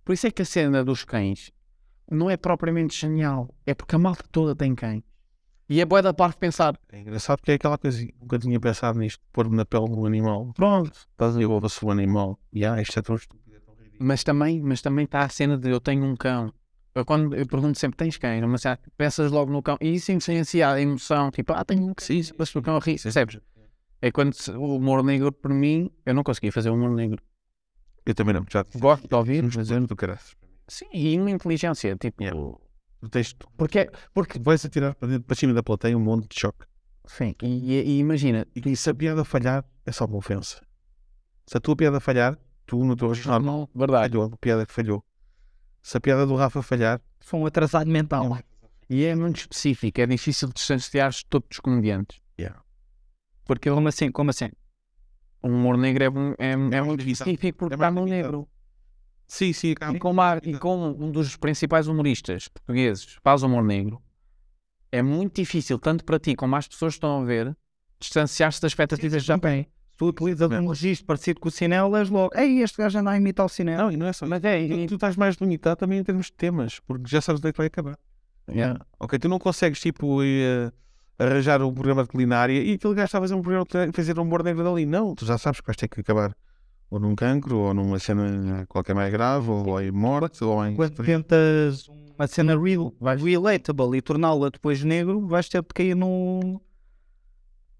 Por isso é que a cena dos cães não é propriamente genial. É porque a malta toda tem cães. E é boa da parte de pensar, É engraçado porque é aquela coisa, nunca tinha pensado nisto, pôr-me na pele do animal. Pronto, estás a ouvir o animal. E ah, isto é tão estúpido, é tão ridículo. Mas também, mas também está a cena de eu tenho um cão. Eu, quando, eu pergunto sempre, tens cães? Mas já pensas logo no cão. E isso influencia a emoção. Tipo, ah, tenho um cão. Sim, sim, Mas o cão ri. Percebes? É quando se- o humor negro, por mim, eu não conseguia fazer humor negro. Eu também não, já Gosto de ouvir, Somos mas eu... putos do caraças. Sim, e uma inteligência. Tipo, Yeah. Tu tens- tu porque, porque... vais atirar para, dentro, para cima da plateia um monte de choque. Sim, e, e- e imagina, E se a piada falhar, é só uma ofensa. Se a tua piada falhar, tu no teu jornal normal, verdade. falhou, a piada que falhou. Se a piada do Rafa falhar, sou um atrasado mental. E é muito específico. É difícil distanciar de todos os comediantes. Yeah. Porque Como assim? Como assim? o humor negro é, mu- é, é, muito limitado. específico porque É está mais no limitado. negro. sim, sim, acaba. E como, há- e como um dos principais humoristas portugueses faz humor negro, é muito difícil, tanto para ti como as pessoas que estão a ver, distanciar-se das expectativas já bem. Tu utilizas um registro parecido com o Cinel, és logo. Ei, este gajo anda a imitar o Cinel. Não, e não é só Mas é, Tu, e- tu estás mais limitado também em termos de temas, porque já sabes onde é que vai acabar. Yeah. Ok, tu não consegues, tipo, eh, arranjar um programa de culinária e aquele gajo está a fazer um programa de culinária e fazer um humor negro dali. Não, tu já sabes que vais ter que acabar ou num cancro, ou numa cena eh, qualquer mais grave, ou em morte, ou em... Quando tentas uma cena real, relatable e torná-la depois negro, vais ter de cair no.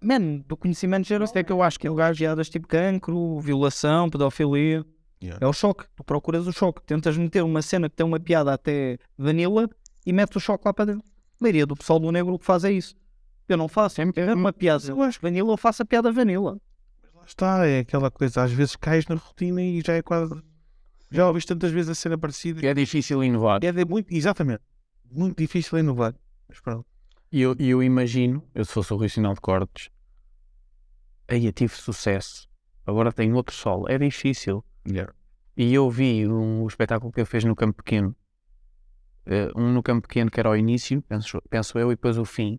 Man, do conhecimento geral. Isso é que eu acho que é o gajo piadas tipo cancro, violação, pedofilia. Yeah. É o choque. Tu procuras o choque. Tentas meter uma cena que tem uma piada até vanilla e metes o choque lá para dentro. A maioria do pessoal do negro o que faz é isso. Eu não faço. Sempre é uma piada. Eu acho vanilla, eu faço a piada vanilla. Lá está, é aquela coisa, às vezes cais na rotina e já é quase... Já ouviste tantas vezes a cena parecida. E É difícil inovar. É de muito, exatamente, muito difícil inovar. Mas pronto. E eu, e eu imagino, eu se fosse o Rui Sinal de Cortes, aí eu tive sucesso, agora tenho outro solo. É difícil. Yeah. E eu vi um espetáculo que ele fez no Campo Pequeno. Eh, um no Campo Pequeno que era ao início, penso, penso eu, e depois o fim.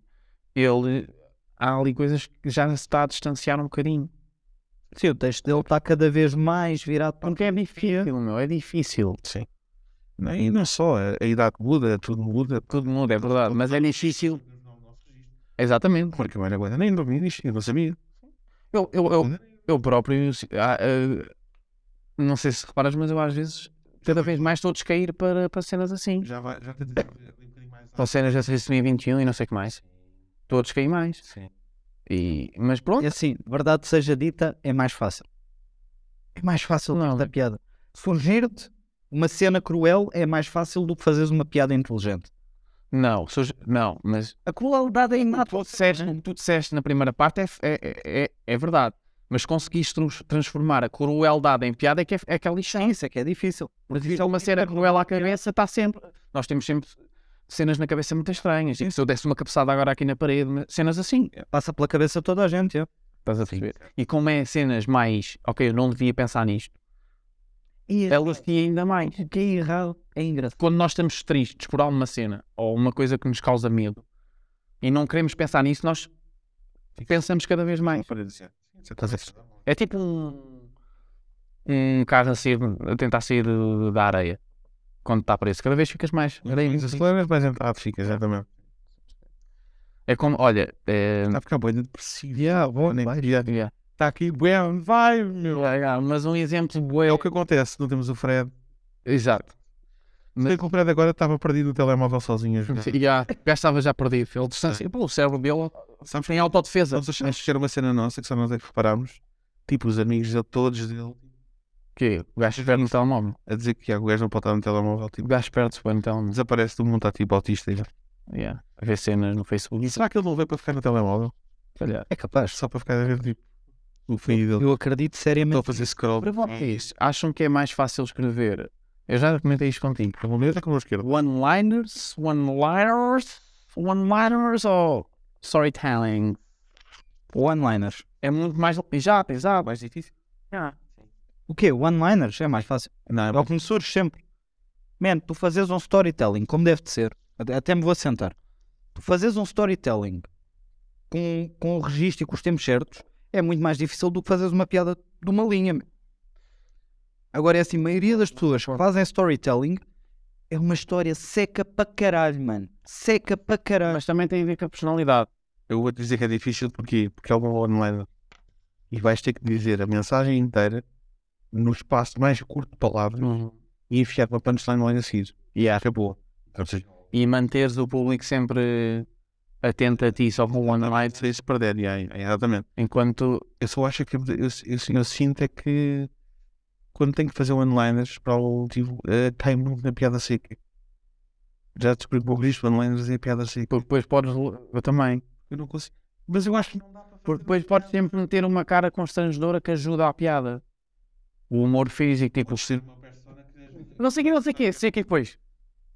Ele, há ali coisas que já se está a distanciar um bocadinho. Sim, o texto dele está cada vez mais virado para Porque é difícil, meu, é difícil. Não, e não só, a, a idade muda, tudo muda. Tudo muda, é verdade, mas é difícil. Exatamente. Como é que eu era agora? Nem dormi nisto, eu não sabia. Eu, eu, eu, eu próprio, se- ah, ah, não sei se reparas, mas eu às vezes, cada vez mais estou a descair para, para cenas assim. Já vai, já tentei abrir um bocadinho mais. Para cenas de 2021 e não sei o que mais. Estou a descair mais. Sim. E, mas pronto. E assim, verdade seja dita, é mais fácil. É mais fácil Não. da piada. Surgir-te uma cena cruel é mais fácil do que fazeres uma piada inteligente. Não, sou- não, mas A crueldade é como tu, inata. disseste, como tu disseste na primeira parte é, f- é, é, é- é verdade. Mas conseguiste trans- transformar a crueldade em piada é que é, é que é lixão. Isso é que é difícil. Porque se é uma cena cruel à cabeça, está sempre. Nós temos sempre cenas na cabeça muito estranhas. Tipo, se eu desse uma cabeçada agora aqui na parede, mas- cenas assim. Passa pela cabeça de toda a gente. é. Estás a perceber? E como é cenas mais. Ok, eu não devia pensar nisto. E É Elas tinham ainda mais. que é errado é engraçado. Quando nós estamos tristes por alguma cena ou uma coisa que nos causa medo e não queremos pensar nisso, nós pensamos cada vez mais. Estás a ver? É tipo um, um carro a, sair, a tentar sair da areia é quando está preso. Cada vez ficas mais. assim. Mas aceleras, mas entrado fica, exatamente. É como, olha, é, Está a ficar bem depressivo. é Yeah, bom, Nem- vai. yeah. Está tá aqui, bué, vai, meu. Yeah, yeah, mas um exemplo bué- É o que acontece, não temos o Fred. Exato. Sei que o Fred agora estava perdido no telemóvel sozinho a jogar. Yeah, o gajo estava já perdido. Ele distancia. Pô, o cérebro dele Sabes tem autodefesa. Nós achamos que era uma cena nossa que só nós é que reparámos. Tipo, os amigos dele, todos dele, Que o gajo espera no telemóvel. a dizer que o gajo não pode estar no telemóvel. O Tipo, gajo espera-se bem no telemóvel. desaparece do mundo, está tipo autista. já. Yeah. A ver cenas no Facebook. E será que ele não veio para ficar no telemóvel? Olha, É capaz. Só para ficar a ver, tipo, o filho dele. Eu acredito Estou a seriamente. fazer scroll. para vocês, acham que é mais fácil escrever? Eu já comentei isto contigo. Eu vou ler com a é mão esquerda. One-liners, one-liners, one-liners ou storytelling? One-liners. É muito mais. Exato, exato. Mais difícil. Ah. O quê? One-liners? É mais fácil. Não, é É o que me surge sempre. Man, tu fazes um storytelling, como deve de ser. Até, até me vou sentar. Tu fazes um storytelling com, com o registro e com os tempos certos é muito mais difícil do que fazeres uma piada de uma linha. man. Agora é assim, a maioria das pessoas que fazem storytelling é uma história seca para caralho, mano. Seca para caralho. Mas também tem a ver com a personalidade. Eu vou te dizer que é difícil porquê? porque é uma online. E vais ter que dizer a mensagem inteira no espaço mais curto de palavras Uhum. e enfiar uma punchline lá a seguir. E é, acabou. Ou seja, E manteres o público sempre atento a ti, só com one night, se isso perder, e aí, é exatamente. enquanto Eu só acho que eu, eu, eu- eu sinto é que quando tenho que fazer one-liners para o motivo, eh, cai muito na piada seca. Já descobri que o risco de one-liners é a piada seca. porque depois podes. Eu também. Eu não consigo. Mas eu acho que não dá para Porque depois podes sempre meter uma cara constrangedora que ajuda à piada. O humor físico, tipo. ser uma persona que Não sei o que, não sei o que, sei o que depois.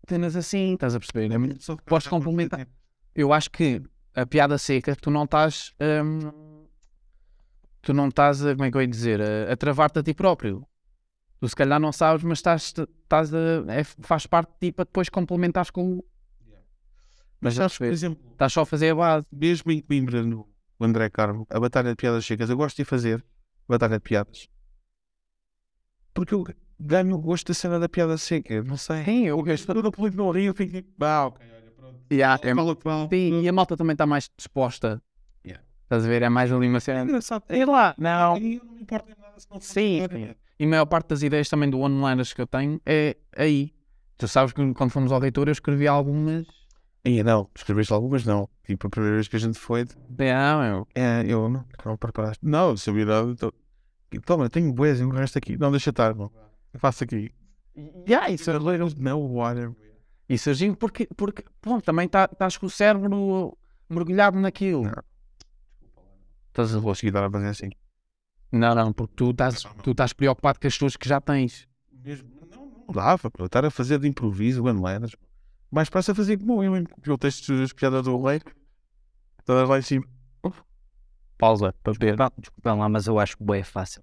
Cenas assim, estás a perceber? É muito- só que- Podes complementar. é. Eu acho que a piada seca, é tu não estás. hum, tu não estás, a- como é que eu ia dizer? A, a travar-te a ti próprio. Tu se calhar não sabes, mas estás, estás a, é- faz parte de ti para depois complementares com o. Mas Mas já sabes, por percebi. exemplo, Estás só a fazer a base. mesmo em Coimbra, no o André Carmo, a Batalha de Piadas Secas, eu gosto de fazer Batalha de Piadas. Porque eu ganho o gosto da cena da piada seca, não sei. É Sim, eu gasto. Todo o público não ri, eu fico tipo, pá, ok, olha, pronto. Yeah, é, Fala o que vale. sim, e a malta também está mais disposta. Yeah. Estás a ver? É mais ali uma É cena. engraçado. É, Sei lá, não. eu não me importo em nada se não for Sim. piada. E a maior parte das ideias também do onliners que eu tenho é aí. Tu sabes que quando fomos ao leitor eu escrevi algumas. E não, escreveste algumas não. Tipo, a primeira vez que a gente foi, Não, ah, eu. é, eu não, não preparaste. Não, se eu virar, eu tô- toma, tenho boas e o resto aqui. Não, deixa estar, irmão. Eu faço aqui. Ah, é Yeah, isso, Não, é water. E surgiu porque, porque pronto, também tá- estás com o cérebro mergulhado naquilo. Não. Estás a rosto. Consegui dar a fazer assim. Não, não, porque tu estás, tu estás preocupado com as tuas que já tens. mesmo. Não, não dava, pô. Estar a fazer de improviso one-liners. Mais fácil é fazer como eu, mesmo. Eu texto das piadas do leite. Todas lá em cima. Pausa para ver. Pá, Desculpem lá, mas eu acho que bué é fácil.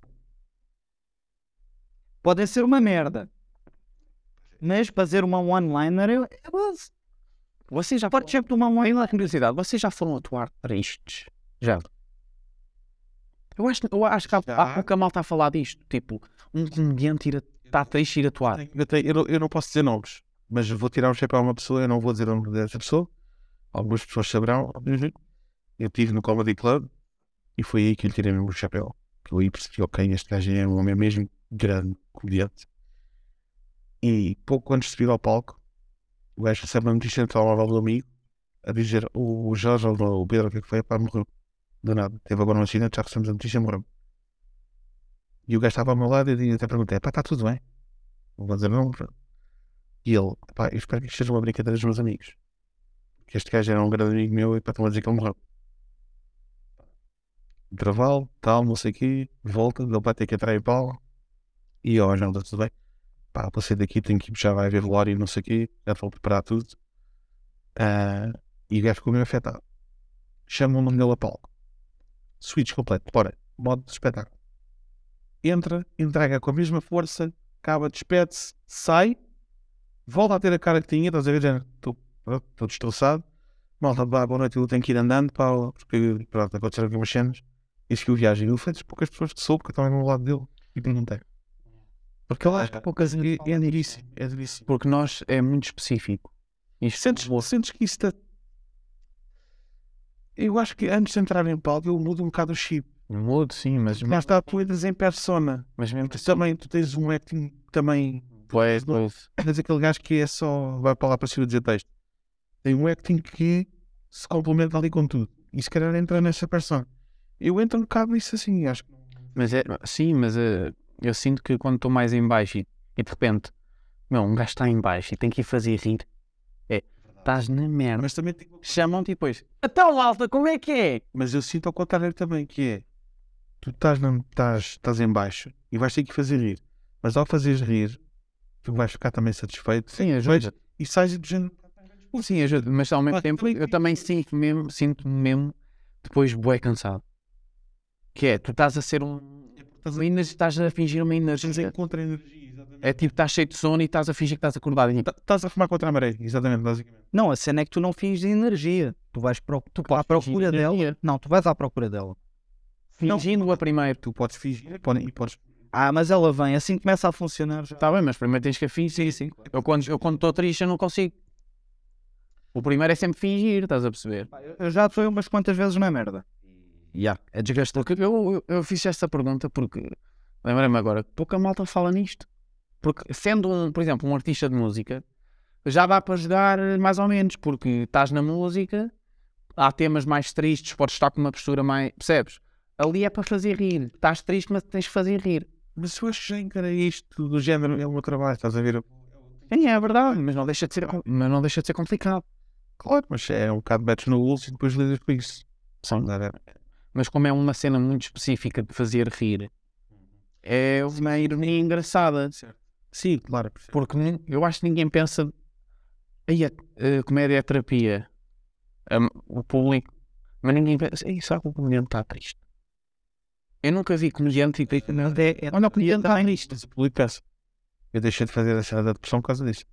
Podem ser uma merda. Mas fazer uma one-liner é é base. Vocês já Parte foram, sempre de uma one-liner. curiosidade, vocês já foram atuar tristes? Já. Eu acho, eu acho que há, Já. há pouca malta a falar disto. Tipo, um comediante está triste e ir atuar. Eu, tenho- eu não- eu não posso dizer nomes, mas vou tirar um chapéu a uma pessoa. Eu não vou dizer o nome dessa pessoa. Algumas pessoas saberão. Eu estive no Comedy Club e foi aí que eu lhe tirei mesmo o chapéu. Que eu aí percebi, ok, este gajo é um homem mesmo grande comediante. E pouco antes de subir ao palco, o gajo recebe uma notícia no telemóvel do amigo a dizer o Jorge ou o Pedro, o que é que foi? Pá, morreu. Do nada. Teve agora um acidente, já recebemos a notícia, morreu. E o gajo estava ao meu lado e eu até perguntei: pá, está tudo bem? Não vou dizer não. pronto. E ele: pá, eu espero que isto seja uma brincadeira dos meus amigos. Que este gajo era um grande amigo meu e pá, estão a dizer que ele morreu. Gravá-lo, tal, não sei o quê, volta, ele vai ter que entrar em pau. E eu, "Ah, não, está tudo bem. Pá, vou sair daqui, tenho que ir, já vai haver velório, não sei o quê, já vou preparar tudo. Ah, e o gajo ficou meio afetado. Chama o nome dele a palco. Switch completo, bora, modo de espetáculo. Entra, entrega com a mesma força, acaba, despede-se, sai, volta a ter a cara que tinha, estás a ver, já estou pronto, estou destroçado. Malta, pá, boa noite, eu tenho que ir andando, pá, porque pronto, aconteceram aqui umas cenas. E seguiu viagem. Ele foi das poucas pessoas que soube que eu estava ao lado dele e perguntei. Porque eu acho que poucas. É, é duríssimo, é duríssimo. Porque nós é muito específico. Isto Sentes, sentes que isso está. Eu acho que antes de entrar em palco, eu mudo um bocado o chip. Mudo, sim, mas, Já está tu entras em persona. mas mesmo assim Mas também tu tens um acting também. Pois, não- pois. Tens aquele gajo que é só. vai para lá para cima dizer texto. Tem um acting que se complementa ali com tudo. E se calhar entra nessa persona. Eu entro um bocado nisso assim, acho que. Mas é, sim, mas eh, eu sinto que quando estou mais em baixo e, e de repente, meu, um gajo está em baixo e tem que ir fazer rir, é, estás na merda. Mas também tenho- Chamam-te e depois, então alta, como é que é? Mas eu sinto ao contrário também, que é. Tu estás, na, estás, estás em baixo e vais ter que fazer rir. Mas ao fazeres rir, tu vais ficar também satisfeito. Sim, Mas- ajuda. E sais do género. Sim, ajuda, mas ao mesmo Mas tempo também- eu também sinto mesmo, sinto mesmo depois bué cansado. Que é, tu estás a ser um. É Estás a- uma energia- Estás a fingir uma Estás energia. em contra energia, exatamente. É tipo, estás cheio de sono e estás a fingir que estás acordado. E, tipo, Tá- Estás a fumar contra a maré, exatamente, basicamente. Não, a cena é que tu não finges energia. Tu vais pro... tu à procura fingir dela. energia. Não, tu vais à procura dela. Fingindo-a primeiro. Tu podes fingir pode- e podes. Ah, mas ela vem, assim começa a funcionar já. Está Tá bem, mas primeiro tens que fingir. sim. Eu quando eu quando estou triste eu não consigo. O primeiro é sempre fingir, estás a perceber? Eu já estou umas quantas vezes na merda. Já, é desgastante. Porque eu, eu, eu fiz esta pergunta porque lembrei-me agora que pouca malta fala nisto. Porque sendo, um, por exemplo, um artista de música, já dá para jogar eh, mais ou menos, porque estás na música, há temas mais tristes, podes estar com uma postura mais. Percebes? Ali é para fazer rir. Estás triste, mas tens de fazer rir. Mas eu acho que já encarei isto do género, é o meu trabalho, estás a ver? Sim, é verdade, mas não deixa de ser, mas não deixa de ser complicado. Claro, mas é um bocado metes no bolso e depois lidas com isso. Sim. Não é? mas como é uma cena muito específica de fazer rir, é uma ironia engraçada. Sim, claro. percebo. Porque nin- eu acho que ninguém pensa. Aí a, a comédia é terapia. Am- o público. Mas ninguém pensa. Ei, será que o comediante está triste? Eu nunca vi comediante e triste. Não, é, é, olha, o comediante está triste. Mas o público pensa. Eu deixei de fazer a cena da depressão por causa disso.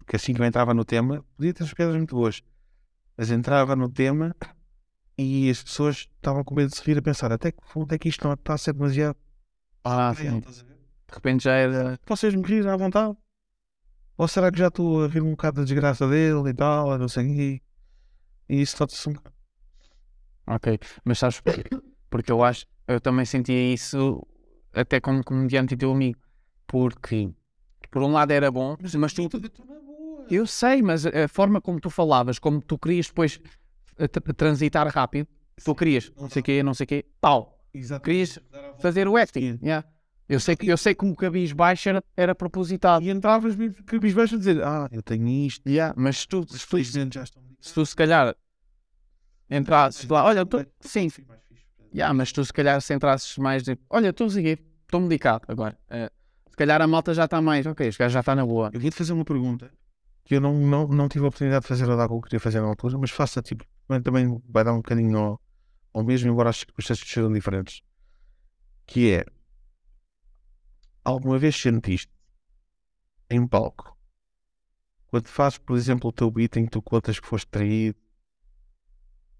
Porque assim que eu entrava no tema, podia ter as pedras muito boas. Mas entrava no tema e as pessoas estavam com medo de se rir a pensar até que ponto é que isto não está a ser demasiado. Ah, sim. real, De estás a ver? repente já era. vocês me rirem à vontade? Ou será que já estou a rir um bocado da desgraça dele e tal, não sei o quê? E isso está-se um bocado. Ok. Mas sabes porquê? Porque eu acho. Eu também sentia isso até como comediante e teu amigo. Porque. Por um lado era bom, mas tu Eu sei, mas a a forma como tu falavas, como tu querias depois eh, tra- transitar rápido, tu querias não sei o quê, não sei o quê, pau. Exato. Querias fazer o acting. yeah. Eu, sei que, eu sei que um cabis baixo era, era propositado. E entravas mesmo cabisbaixo a dizer: Ah, eu tenho isto. Yeah, Mas tu, Os se tu, felizmente já estão. se tu se calhar entrasses lá, olha, tu, sim, Fui mais fixe. yeah, mas tu se calhar se entrasses mais, de, olha, estou a seguir, estou medicado agora. Eh, se calhar a malta já está mais, ok, este gajo já está na boa. Eu queria te fazer uma pergunta que eu não, não, não tive a oportunidade de fazer a dar que eu queria fazer na altura, mas faça tipo, também, também vai dar um bocadinho ao, ao mesmo, embora as circunstâncias sejam diferentes. Que é alguma vez sentiste em palco quando fazes, por exemplo, o teu beat em que tu contas que foste traído,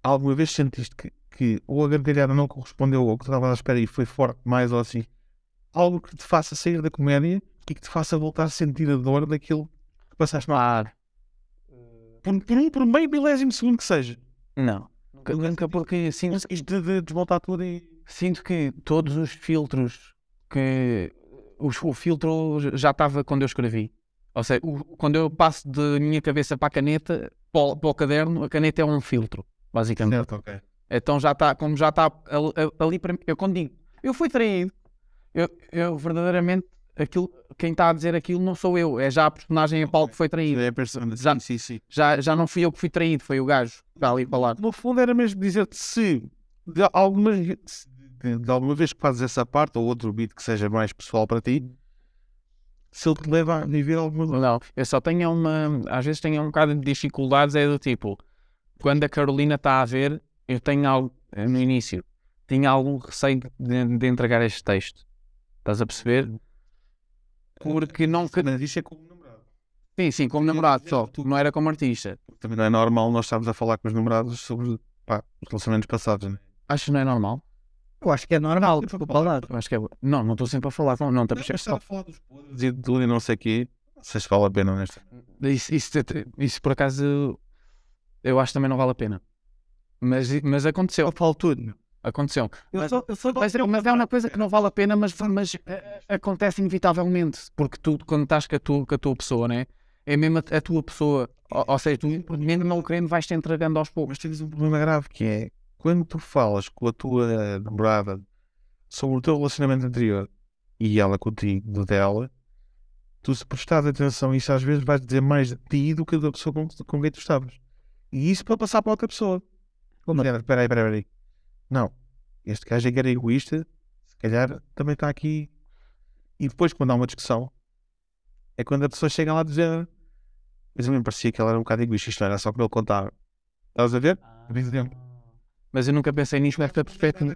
alguma vez sentiste que, que ou a gargalhada não correspondeu ao que tu estavas à espera e foi forte mais ou assim? Algo que te faça sair da comédia e que te faça voltar a sentir a dor daquilo que passaste mal. Claro. Por, por, um- por meio milésimo segundo que seja. Não. Nunca, nunca porque assim Mas Isto de, de desmontar tudo e. Sinto que todos os filtros que. os- o filtro já estava quando eu escrevi. Ou seja, o- quando eu passo de minha cabeça para a caneta, para o, para o caderno, a caneta é um filtro, basicamente. Certo, ok. Então já está, como já está ali, ali para mim, eu quando digo, eu fui traído, eu, eu verdadeiramente, aquilo, quem está a dizer aquilo não sou eu, é já a personagem em palco que foi traído. É a persona. Já- sim, sim. Já, já não fui eu que fui traído, foi o gajo que está ali para lá. No fundo era mesmo dizer-te se de alguma, se de, de alguma vez que fazes essa parte ou outro beat que seja mais pessoal para ti, se ele te leva a viver alguma dor. Não, eu só tenho uma. Às vezes tenho um bocado de dificuldades. É do tipo, quando a Carolina está a ver, eu tenho algo. No início, tinha algum receio de, de entregar este texto. Estás a perceber? Porque não. que- Mas Isso é como namorado. Sim, sim, como namorado só. Não era como artista. Também não é normal nós estarmos a falar com os namorados sobre pá, os relacionamentos passados, né? Acho que não é normal. Eu acho que é normal, desculpa lá. Eu acho que é. bo- Não, não estou sempre a falar com. Não, está a perceber? falar dos podres e de tudo e não sei o quê. Não sei se vale a pena, honestamente. Isso, isso, isso por acaso eu acho que também não vale a pena. Mas, mas aconteceu. Eu falo tudo, meu. Aconteceu. Eu Mas- só, eu só Mas, gosto de mas é uma coisa que não vale a pena, mas, mas eh, acontece inevitavelmente. Porque tu, quando estás com a tua, com a tua pessoa, né? é mesmo a, a tua pessoa. Ou, ou seja, tu, mesmo não querendo, vais-te entregando aos poucos. Mas tens um problema grave que é quando tu falas com a tua namorada sobre o teu relacionamento anterior e ela contigo do dela, tu se prestares atenção, isso às vezes vai dizer mais de ti do que da pessoa com, com quem tu estavas. E isso para passar para outra pessoa. Como? Espera aí, espera aí, espera aí. Não, este gajo é que era egoísta, se calhar também está aqui. E depois, quando há uma discussão, é quando a pessoa chega lá dizendo mas a mim parecia que ela era um bocado egoísta, isto não era só para ele contar. Estás a ver? Por exemplo. Mas eu nunca pensei nisto nesta perspectiva.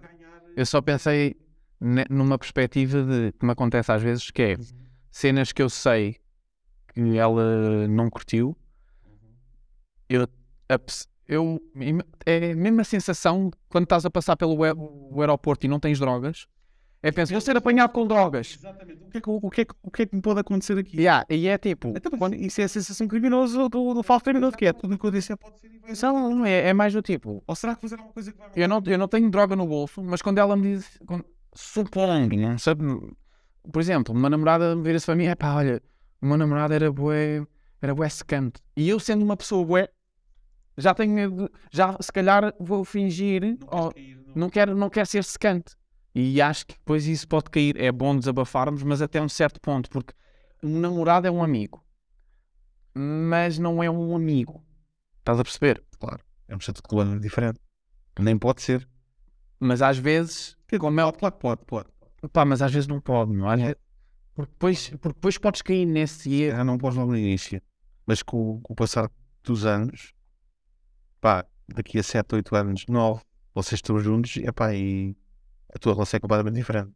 Eu só pensei ne- numa perspectiva de que me acontece às vezes, que é cenas que eu sei que ela não curtiu. Eu, a pes- eu é a mesma sensação quando estás a passar pelo aer- o aeroporto e não tens drogas. É pensar, vou ser apanhado com drogas. O que, é que, o, que é que, o que é que me pode acontecer aqui? Yeah, e é tipo, Então, mas Isso é a sensação criminosa do, do falso criminoso, que é tudo o que eu disse é pode ser invenção. não, não, é, é mais do tipo, Ou será que fizeram uma coisa que vai eu não, eu não tenho droga no bolso, mas quando ela me diz, quando, suponho, né? sabe? Por exemplo, uma namorada vira-se para mim, é pá, olha, uma namorada era bué, era bué secante. E eu sendo uma pessoa bué, já tenho medo, de- já se calhar vou fingir, ou, não, quero, não quero ser secante. E acho que depois isso pode cair, é bom desabafarmos, mas até um certo ponto, porque um namorado é um amigo, mas não é um amigo. Estás a perceber? É um chato de coluna diferente. Nem pode ser. Mas às vezes Como é o pode, pode, pode. Pá, mas às vezes não pode, não é? Porque depois, porque depois podes cair nesse erro. Já não podes logo no início. Mas com, com o passar dos anos, pá, daqui a 7, 8 anos, 9, vocês estão juntos, é pá, e a tua relação é completamente diferente.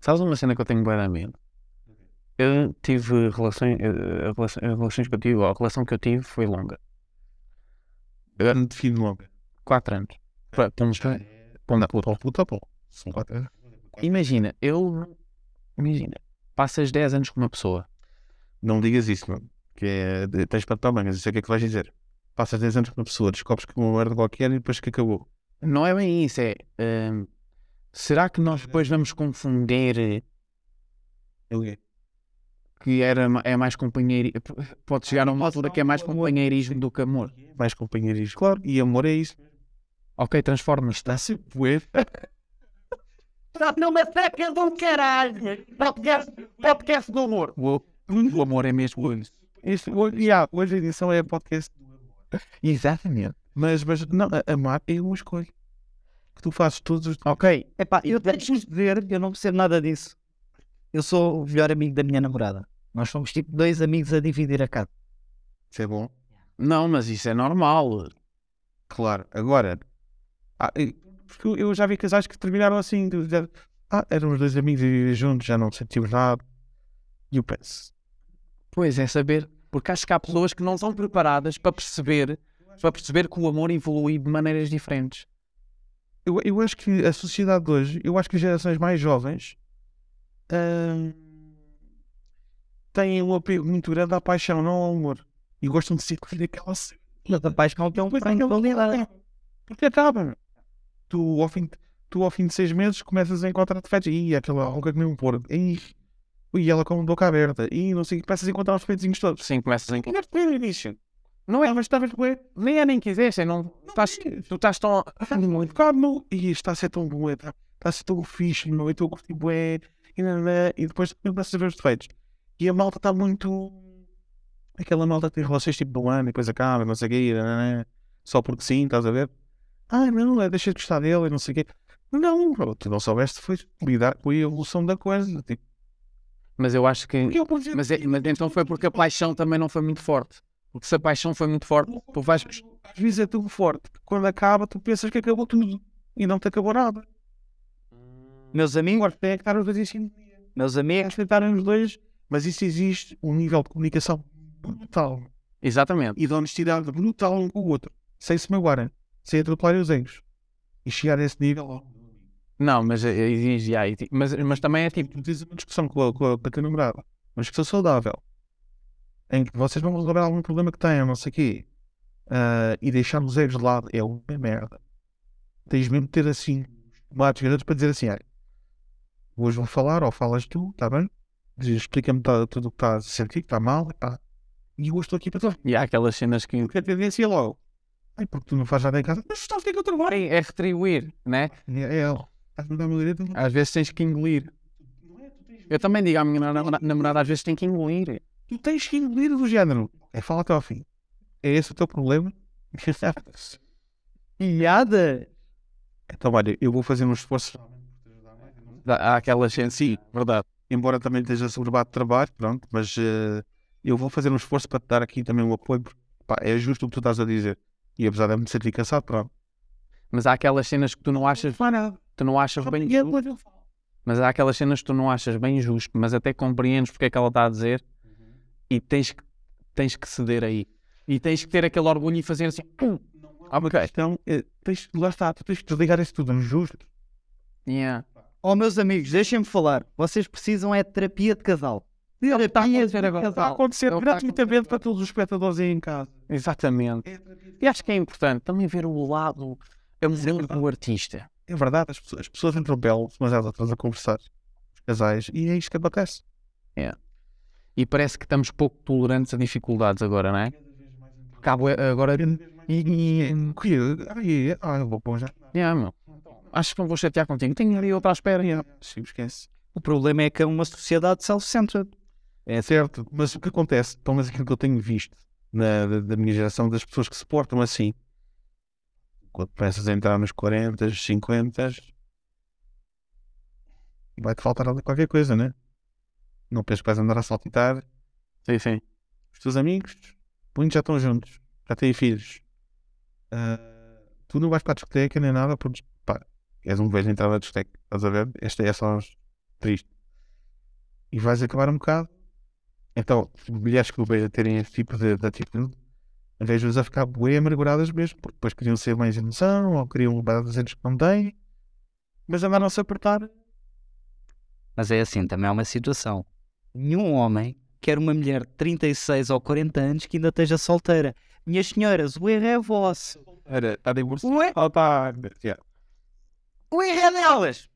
Sabes uma cena que eu tenho bem na mente? Eu tive relações, eh, relações, relações que eu tive, ou a relação que eu tive foi longa. Eu defino logo. 4 anos. Pá, Vamos ver. Não, puta ou puta, pô. São quatro. Imagina, eu. Imagina, passas 10 anos com uma pessoa. Não digas isso, mano. Que é. de- Tens para tomar mas eu sei o que é que vais dizer. Passas 10 anos com uma pessoa, descobres que uma merda qualquer e depois que acabou. Não é bem isso, é. hum, será que nós depois vamos confundir Eu liguei. que era, ma- é mais companheirismo? Pode chegar a uma altura que é mais companheirismo do que amor. Mais companheirismo, claro. E amor é isso. Ok, transformas-te. Está sempre poer. Não me seca do caralho! Podcast, podcast do amor! O amor é mesmo isso. Este, hoje, yeah, hoje a edição é podcast. Exatamente. Mas, mas não, a- amar é uma escolha. Que tu fazes todos os. Ok. Epá, eu tenho que dizer, eu não percebo nada disso. Eu sou o melhor amigo da minha namorada. Nós somos tipo dois amigos a dividir a casa. Isso é bom. Não, mas isso é normal. Claro. Agora. ah, e- porque eu- eu já vi casais que terminaram assim. de- de- ah, éramos dois amigos e vivíamos juntos, já não sentimos nada. E eu penso. Pois é saber. Porque acho que há pessoas que não são preparadas para perceber para perceber que o amor evolui de maneiras diferentes. eu, eu acho que a sociedade de hoje, eu acho que as gerações mais jovens ahm, têm um apego muito grande à paixão, não ao amor. E gostam de é sentir aquela cena. Mas a paixão tem um Pois, bem de aquela- validade. Porque acaba. meu. Tu ao, fim, de- tu, ao fim de seis meses, começas a encontrar-te feitos. Ih, aquela ronca que nem um porco. Ih, ui, ela com a boca aberta. Ih, não sei o que. Começas a encontrar os peitinhos todos. Sim, começas em. Ainda foi no início. Não é, Mas estavas com ele. nem é nem quiseste, é não. estás- tu estás tão. muito caro, meu. E está a ser tão bom, está a ser tão fixe, meu. Eu estou a curtir bué. E, nã, nã, nã. e depois começas a ver os defeitos. E a malta está muito. Aquela malta que tem relações tipo do ano e depois acaba, não sei o quê. nã, nã, nã. Só porque sim, estás a ver? Ah, não, é, deixa de gostar dele e não sei o quê. Não, bro, tu não soubeste foi lidar com a evolução da coisa. Tipo, um Mas eu acho que. porque eu, por exemplo, Mas, é- mas então foi porque a paixão também não foi muito forte. Porque se a paixão foi muito forte, tu vais. às vezes é tão forte que quando acaba tu pensas que acabou tudo e não te acabou nada. Meus amigos, Agora tem é que estar os dois em cima. meus amigos, aceitarem é os dois, mas isso existe um nível de comunicação brutal Exatamente. e de honestidade brutal um com o outro, sem se magoarem, sem atropelarem os egos. E chegar a esse nível, ó, Não, mas, é- é- exige- já, e ti- mas, mas também é tipo. tu tens uma discussão com a, com a, com a tua namorada, uma discussão saudável, em que vocês vão resolver algum problema que tenham, não sei o quê, ah, e deixar os egos de lado é uma merda. Tens mesmo de ter assim tomates grandes para dizer assim: "Ai, hoje vou falar, ou falas tu, está bem? Diz, Explica-me tá- tudo o que estás a sentir, que está mal, epá. e hoje estou aqui para te E há aquelas cenas que Porque a tendência é logo: Ai, porque tu não fazes nada em casa, mas tu sabes o que é que eu trabalho. Sim, é retribuir, né? É ela, estás-me a dar uma direita, Às vezes tens que engolir. Eu também digo à minha namora- namorada, às vezes tem que engolir. tu tens que engolir do género. É fala até ao fim. É esse o teu problema? Piada! então, olha, eu vou fazer um esforço. Dá- Há aquelas cenas. Sim. Verdade. Embora também esteja sobrevado de trabalho, pronto, mas eh, eu vou fazer um esforço para te dar aqui também o apoio, porque pá, é justo o que tu estás a dizer. E apesar de eu me sentir cansado, pronto. Mas há aquelas cenas que tu não achas, tu não achas bem justo. Mas há aquelas cenas que tu não achas bem justo, mas até compreendes porque é que ela está a dizer e tens que, tens que ceder aí. E tens que ter aquele orgulho e fazer assim. "Hum, Ok. Então, eh, tens, lá está, tu tens de desligar isso tudo, é justo. Yeah. Oh, meus amigos, deixem-me falar. Vocês precisam é de terapia de casal. Terapia de Está a casal. acontecer Não, tá a gratuitamente para todos os espectadores aí em casa. Exatamente. E acho que é importante também ver o lado amoroso do artista. É verdade, as pessoas, as pessoas atropelam umas às outras a conversar, os casais, e é isto que acontece. E parece que estamos pouco tolerantes a dificuldades agora, não é? Cabo agora. E, e, cuidado, ai, ai, ai, eu vou pôr já. Yeah, meu. Acho que não vou chatear contigo. Tenho ali outra à espera. yeah. Sim, esquece. O problema é que é uma sociedade self-centered. assim. É certo, mas o que acontece, pelo menos aquilo que eu tenho visto na- da, da minha geração, das pessoas que se portam assim, quando começas a entrar nos 40, 50, vai-te faltar ali qualquer coisa, né? Não penses que vais andar a saltitar. Sim, sim. Os teus amigos, muitos já estão juntos, já têm filhos. Ah, tu não vais para a discoteca nem nada, porque pá, és um velho entrada na discoteca, estás a ver? Esta é só uns- triste. E vais acabar um bocado. Então, mulheres que eu vejo a terem este tipo de, de atitude, vejo-as a ficar bué amarguradas mesmo, porque depois queriam ser mais emoção ou queriam levar dos anos que não têm, mas andaram-se a apertar. Mas é assim, também é uma situação. Nenhum homem quer uma mulher de 36 ou 40 anos que ainda esteja solteira. Minhas senhoras, o erro é vosso. Era, está divorciado. O, er- está. o erro é delas.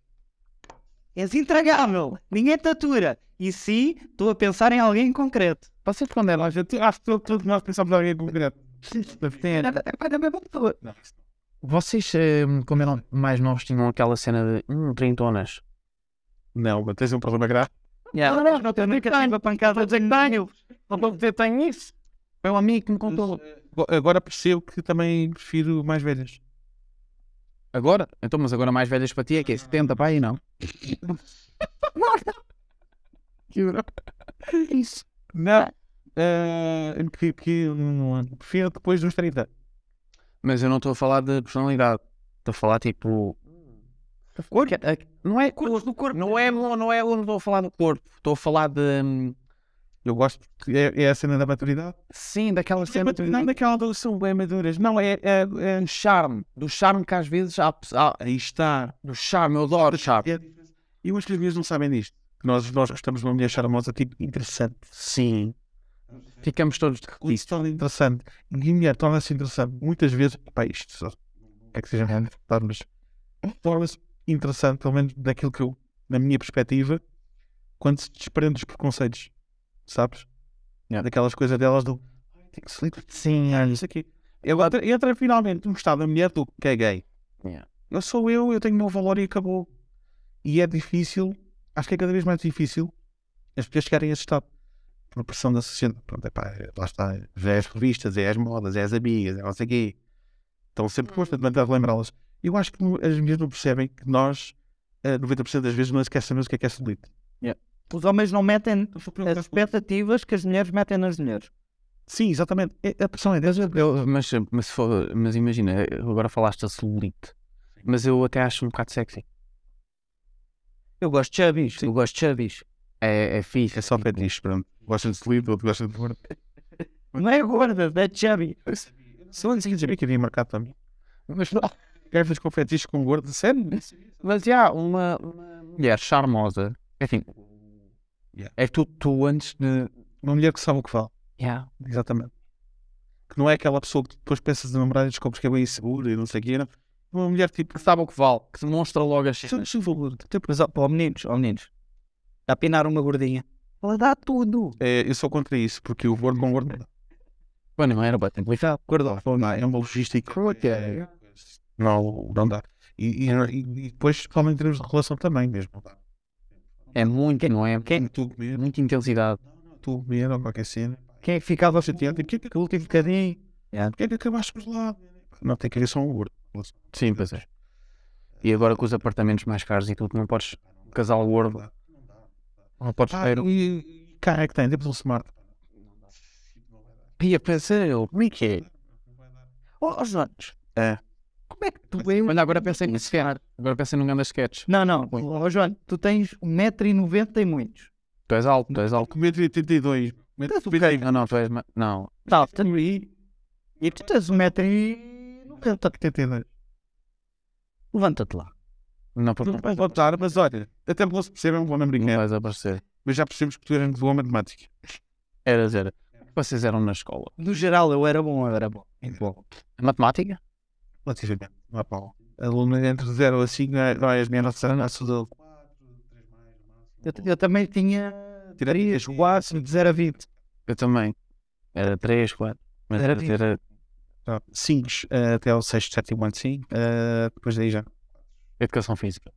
És intragável. Ninguém te atura. E sim, estou a pensar em alguém em concreto. Vocês quando eram, gente, acho que todos nós pensamos em alguém concreto. Deve ter. É, Não, isso Vocês, eh, quando eram mais novos, tinham aquela cena de hum, trintonas. Não, mas tens um problema grave. Não, não, não, eu nunca tive a pancada de banho. Você tem isso? Foi um amigo que me contou. Go- Agora percebo que também prefiro mais velhas. Agora? Então, mas agora mais velhas para ti é que é 70, pá, aí não. É Isso. Não. Eh, que, que, não- prefiro depois dos 30. Mas eu não estou a falar de personalidade. Estou a falar tipo. Que- a- Não é cores do corpo. Não é, não é, eu não estou a falar do corpo. Estou a falar de. hum, Eu gosto porque é, é a cena da maturidade. Sim, daquela É a cena. maturidade daquela adolescência bem maduras. Não, é, é, é Do charme. Do charme que às vezes há. há- aí está. do charme, eu adoro charme. É, eu acho que as mulheres não sabem disto. Nós, nós gostamos de uma mulher charmosa, tipo, interessante. Sim. Ficamos todos de Quando se torna interessante, e mulher torna-se interessante muitas vezes, pá, isto só é que seja tá, mas torna-se interessante, pelo menos daquilo que eu, na minha perspectiva, quando se desprende dos preconceitos, sabes? Yeah. é. Daquelas coisas delas do Ah, "Ai, tem que se livrar. Sim, olha isso aqui. Eu entra, entra finalmente um estado da mulher do que é gay. Yeah. Eu sou eu, eu tenho o meu valor e acabou. E é difícil, acho que é cada vez mais difícil as pessoas chegarem a esse estado por pressão da sociedade. Pronto, epá, lá está. Já é as revistas, é as modas, é as amigas, é não sei o quê. Estão sempre constantemente a lembrá-las. Eu acho que as mulheres não percebem que nós, eh, 90% das vezes, não sequer sabemos o que é que é celulite. Os homens não metem as As pe- expectativas que as mulheres metem nas mulheres. Sim, exatamente. É- A pressão é Mas, dessa. eu- mas, mas, se for- mas imagina, agora falaste a celulite, mas eu até acho um bocado sexy. Eu gosto de chubbies. Eu gosto de chubbies. É, é fixe. É só fetiche, pronto. Gostam de celulite, outro gosta de gordo. Não é gordas, é chubby. Se eu não sabia que havia marcado também. Mas, Gajas com fetiches com gordo, sério? mas já, uma, uma mulher charmosa, enfim, Yeah. é tu, tu antes de. Uma mulher que sabe o que vale. Yeah. Exatamente. Que não é aquela pessoa que depois pensas em namorar e descobres que é bem insegura e não sei o quê. não. uma mulher tipo. que sabe o que vale, que demonstra logo as cenas. Tipo, Mas, ó, ó, meninos, ó, meninos. A pinar uma gordinha. Ela dá tudo. É, eu sou contra isso, porque o gordo com gordo não dá. Bom, não era bem complicado. Gordo com gordo não dá, é uma logística. é- Não, não dá. E, e- e- e depois, principalmente em termos de relação também mesmo. Não dá. É muito, não é? Quem- Tu comer, Muita intensidade. tu comer ou qualquer cena. Quem é que ficava Chateado, e porquê que, com o último bocadinho? porquê que acabaste por lá? Não, tem que haver só um gordo. Sim, pois é. E agora com os apartamentos mais caros e tudo, não podes casar o gordo. Não podes Ah, ter. um e, e quem é que tem? Temos um smart. Ia pensar eu, Mickey. Oh, Jorge. É. Como é que tu vem? Olha, agora pensei num sketch. Agora pensei num grande sketch. Não, não. Ó, João, tu tens 1,90m e muitos. Tu és alto, tu és alto. Com 1,82m. Estás o Não, não, tu és. ma- Não. Tá, tu- E tu tens 1,90m. 82. Levanta-te lá. Não, porque Não não vais votar, mas olha, até porque não se percebe é um homem não americano, vais aparecer. mas já percebemos que tu eras de boa matemática. Era zero. O que vocês eram na escola? No geral, eu era bom, eu era bom. Bom. Matemática? Relativamente. Não há pau. Aluno entre 0 a 5 não é as minhas noção. Eu, eu também tinha Tirando 3, esse- 4, de 0 a 20. Eu também. Era 3, 4. Mas Era era, vinte. era 5 Tá, eh, até ao 6, 7 e 1, sim. Ah, Depois daí já educação física.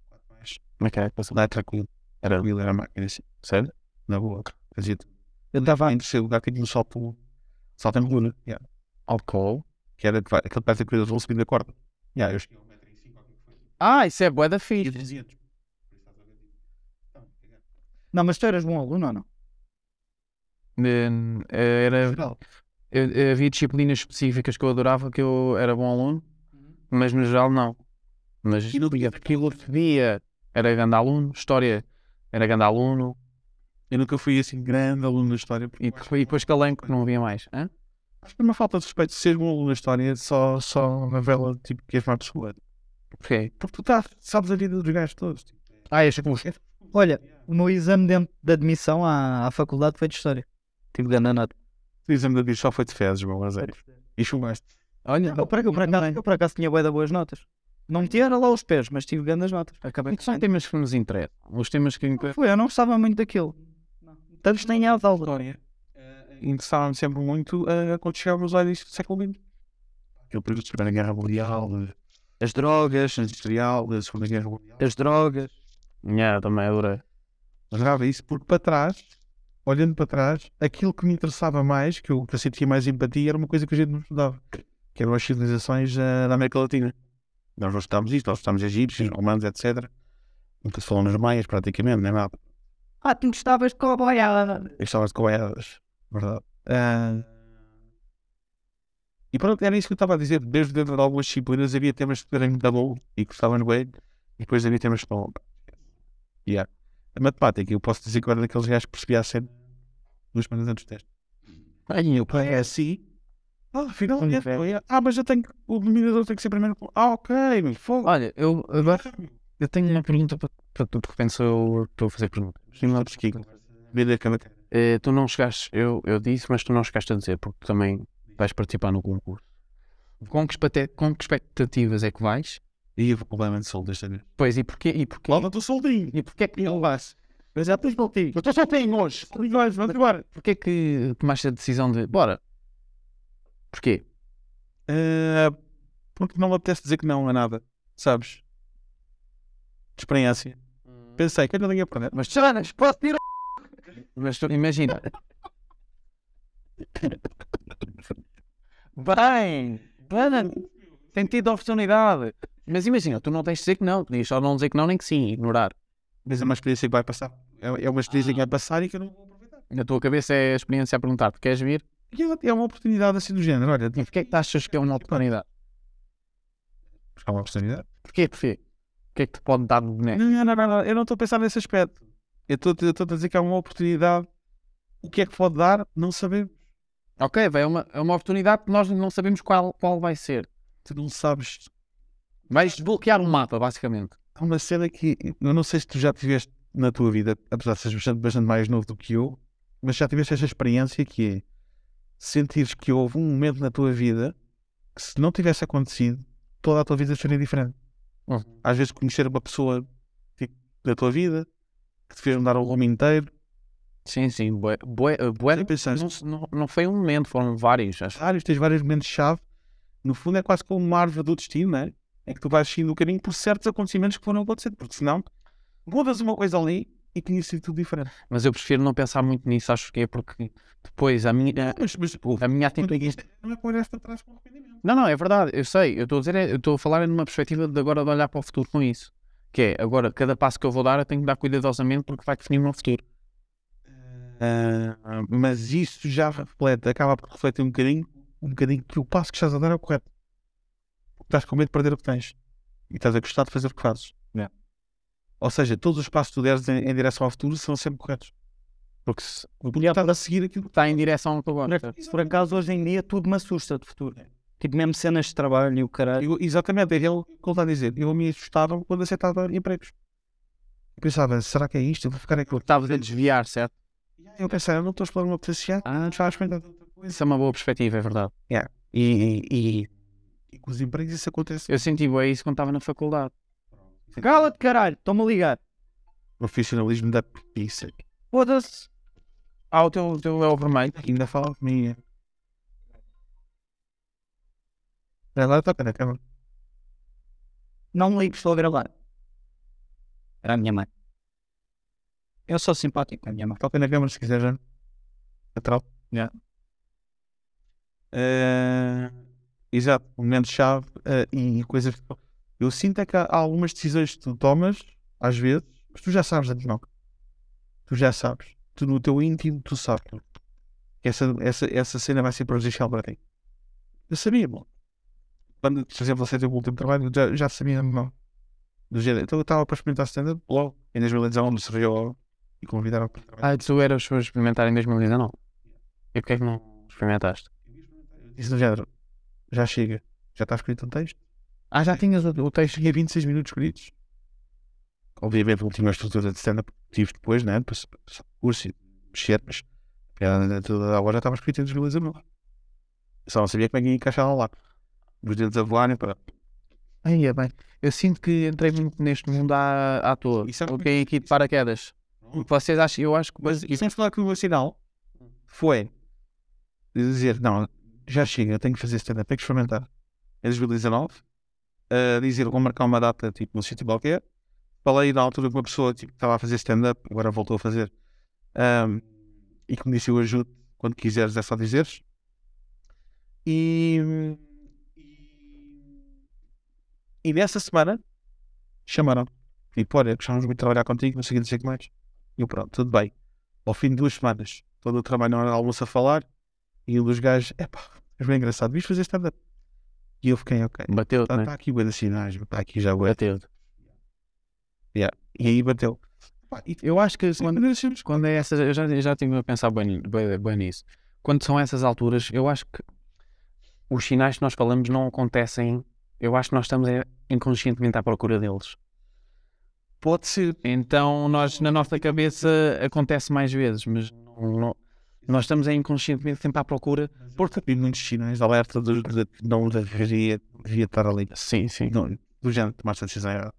Como é que é? Educação- dá tranquilo. Era Tranquilo, era máquina assim. sério? Na boa. Fazia tudo. Eu estava em terceiro lugar, tinha um salto, salto em coluna. yeah. Alcohol? Que era aquele pedaço de coisas vão subindo a corda. Yeah, eu cheguei a um metro e cinco, qualquer coisa. Ah, isso é bué da E Então, fixe. 200. Não, mas tu eras bom aluno ou não? Hum, Era, Geral. eu- eu havia disciplinas específicas que eu adorava, que eu era bom aluno, mas no geral não. Mas E não tinha- filosofia era grande aluno, história era grande aluno, Eu nunca fui assim grande aluno da história. porque e, eu acho depois- e depois calei porque não havia mais. Hã? Acho que é uma falta de respeito de seres um aluno na história, só, só novela, tipo, que és uma pessoa. Porquê? Porque tu tá, sabes a vida dos gajos todos. Tipo. Ah, esta como é Olha, o meu exame dentro de admissão à, à faculdade foi de História. Tive grande nota. O exame da bicho só foi de fezes, meu, mas é. E chumaste. Olha, Eu, por, eu, por acaso, eu por acaso tinha bué de boas notas. Não me tira lá os pés, mas tive grandes notas. acabei. São temas que nos interessam. Os temas que. Foi, eu não gostava muito daquilo. Tanto nem a aula. História. Interessava-me sempre muito ah, quando chegávamos lá início do século XX. Aquele período da Primeira Guerra Mundial, as drogas, a industrial, a Segunda Guerra Mundial. As drogas. Yeah, também é adorei. Adorava isso, porque para trás, olhando para trás, aquilo que me interessava mais, que eu, que eu sentia mais empatia, era uma coisa que a gente não estudava, que eram as civilizações ah, da América Latina. Nós não estudámos isto, nós estudámos egípcios, romanos, etc. Nunca se falou nos maias, praticamente, não é nada. Ah, tu gostavas de cowboy. ah, Eu estava de cobaiadas, verdade. Ah, E pronto, era isso que eu estava a dizer. Desde dentro de algumas disciplinas havia temas que eram da bom e que estavam no bem, e depois havia temas que não. Yeah. A matemática, eu posso dizer que eu era daqueles gajos que percebia a cena duas semanas antes do teste. Ai, eu É assim? Ah, finalmente. Olha, foi. Ah, mas eu tenho que. O dominador tem que ser primeiro. Ah, ok, meu fogo. Olha, eu agora eu tenho uma pergunta para, para tu, porque penso eu estou a fazer perguntas. Sim, lá pesquisa. Vida a cada Eh, tu não chegaste, eu, eu disse, mas tu não chegaste a dizer, porque tu também vais participar no concurso. Com que, espate- com que expectativas é que vais? E um eu vou completamente solto desta vez. Pois, e porquê? E porquê? Lava-te o soldinho. E porquê que ele vais? Mas já tens voltinho. Eu já tenho hoje. Ligões, vamos embora. Porquê que tomaste a decisão de bora? Porquê? Ah, porque não me apetece dizer que não a nada, sabes? De experiência. Pensei que eu não ia perder. Mas Jonas, posso tirar? Mas tu, imagina. Bem, bem, tem tido a oportunidade. Mas imagina, tu não tens de dizer que não, podias só não dizer que não nem que sim, ignorar. Mas é uma experiência que vai passar. É é uma experiência que vai passar e que eu não vou aproveitar. Na tua cabeça é a experiência a perguntar-te: queres vir? E é- é uma oportunidade assim do género. Olha, E porquê é que tu achas que é uma oportunidade? é uma oportunidade. Porquê, porquê? O que é que te pode dar de boneco? Não, não, não, não. Eu não estou a pensar nesse aspecto. Eu estou eu estou a dizer que é uma oportunidade. O que é que pode dar? Não saber. Ok, vai, é uma, é uma oportunidade que nós não sabemos qual, qual vai ser. Tu não sabes Vais desbloquear um mapa, basicamente. Há uma cena que eu não sei se tu já tiveste na tua vida, apesar de seres bastante, bastante mais novo do que eu, mas já tiveste esta experiência que é sentires que houve um momento na tua vida que se não tivesse acontecido, toda a tua vida de ser diferente. Uhum. Às vezes conhecer uma pessoa tipo, da tua vida que te fez mudar o rumo inteiro. Sim, sim. Bué, bué, bué- Sempre pensaste, não, não, não foi um momento, foram vários. Acho. vários, tens vários momentos-chave. No fundo, é quase como uma árvore do destino, não é? É que tu vais seguindo o caminho por certos acontecimentos que foram acontecendo, porque senão mudas uma coisa ali e tinha sido tudo diferente. Mas eu prefiro não pensar muito nisso, acho que é porque depois a minha, Ah, Mas, mas a minha quando atitude. isto não é pôr esta atrás com arrependimento. Não, não, é verdade, eu sei, eu estou a dizer, é- eu estou a falar numa perspectiva de agora de olhar para o futuro com isso. Que é, agora, cada passo que eu vou dar, eu tenho que dar cuidadosamente porque vai definir o meu futuro. Ah, mas isso já reflete, acaba por refletir um bocadinho, um bocadinho que o passo que estás a dar é o correto. Porque estás com medo de perder o que tens e estás a gostar de fazer o que fazes. Ou seja, todos os passos que tu deres em, em direção ao futuro são sempre corretos. Porque se porque tu estás a seguir aquilo Está em direção ao que eu gosto. Por, por acaso, hoje em dia, tudo me assusta de futuro. Tipo, mesmo cenas de trabalho e o caralho. Eu- exatamente, é ele que ele está a dizer. Eu me assustava quando aceitava empregos. Eu pensava, será que é isto? Eu vou ficar aqui. Porque estavas a desviar, certo? Eu pensava, não estou a explorar o meu potencial, Ah, não estava a experimentar outra coisa. Isso é uma boa perspectiva, é verdade. E, e, e- e com os empregos isso acontece. Eu senti bem isso quando estava na faculdade. Cala-te, caralho, estou-me a ligar. Profissionalismo da pizza. Foda-se. Ah, o teu, o teu é o vermelho. Ainda fala comigo. é. Vai lá, toca na cama. Não me ligues, estou a gravar. Era a minha mãe. Eu sou simpático com a minha mãe. Toca na cama se quiser, já. Lateral. Já. Eh, exato, momento-chave eh, e coisas. Eu sinto é que há há algumas decisões que tu tomas, às vezes, mas tu já sabes antes não. Tu já sabes. Tu no teu íntimo, tu sabes. que Essa, essa, essa cena vai ser prejudicial para ti. Eu sabia, bom. Quando, por exemplo, aceitei o último trabalho, eu já, já sabia, não. Do género. Então eu estava para experimentar stand-up logo. Em 2019 me serviu logo e convidaram para trabalhar. Ah, tu eras para experimentar em 2019. E porquê é que não experimentaste? Disse do género, já chega, já está escrito um texto. Ah, já tinhas o, o texto. Tinha 26 minutos escritos. Obviamente, não tinha uma estrutura de stand-up que tive depois, né? Para se- para se- curso e mexer, mas a toda a hora já estava escrito em 2019. Só não sabia como é que ia encaixar lá. Os dedos a voarem para. Aí é bem. Eu sinto que entrei muito neste mundo à, à toa. Isso é- Eu caí aqui de paraquedas. O que vocês acham? Eu acho que. Mas e sem falar que o meu sinal foi dizer: não, já chega, tenho que fazer stand-up, tenho que experimentar. Em 2019, a eh, dizer: vou marcar uma data tipo num sítio qualquer. Falei na altura com uma pessoa tipo, que estava a fazer stand-up, agora voltou a fazer. ahm, e que me disse: eu ajudo quando quiseres, é só dizeres. E. E nessa semana chamaram. Tipo, olha, gostávamos muito de trabalhar contigo, não sei o que dizer que mais. E eu, pronto, tudo bem. Ao fim de duas semanas, todo o trabalho na hora de almoço a falar, e um dos gajos, epá, és bem engraçado, viste fazer stand-up. E eu fiquei, ok, Bateu-te, está né? tá aqui o das sinais, está aqui já o Bateu-te. E aí bateu. Pá, e tipo, Eu acho que quando, quando... quando é essas. Eu já, eu já tive a pensar bem, bem, bem nisso. Quando são essas alturas, eu acho que os sinais que nós falamos não acontecem. Eu acho que nós estamos é, inconscientemente à procura deles. Pode ser. Então, nós, na nossa cabeça, acontece mais vezes, mas não- não- nós estamos é, inconscientemente sempre à procura. Porque havia muitos sinais de alerta de, de, não deveria, deveria estar ali. Sim, sim. Não, do género, tomaste a decisão errada.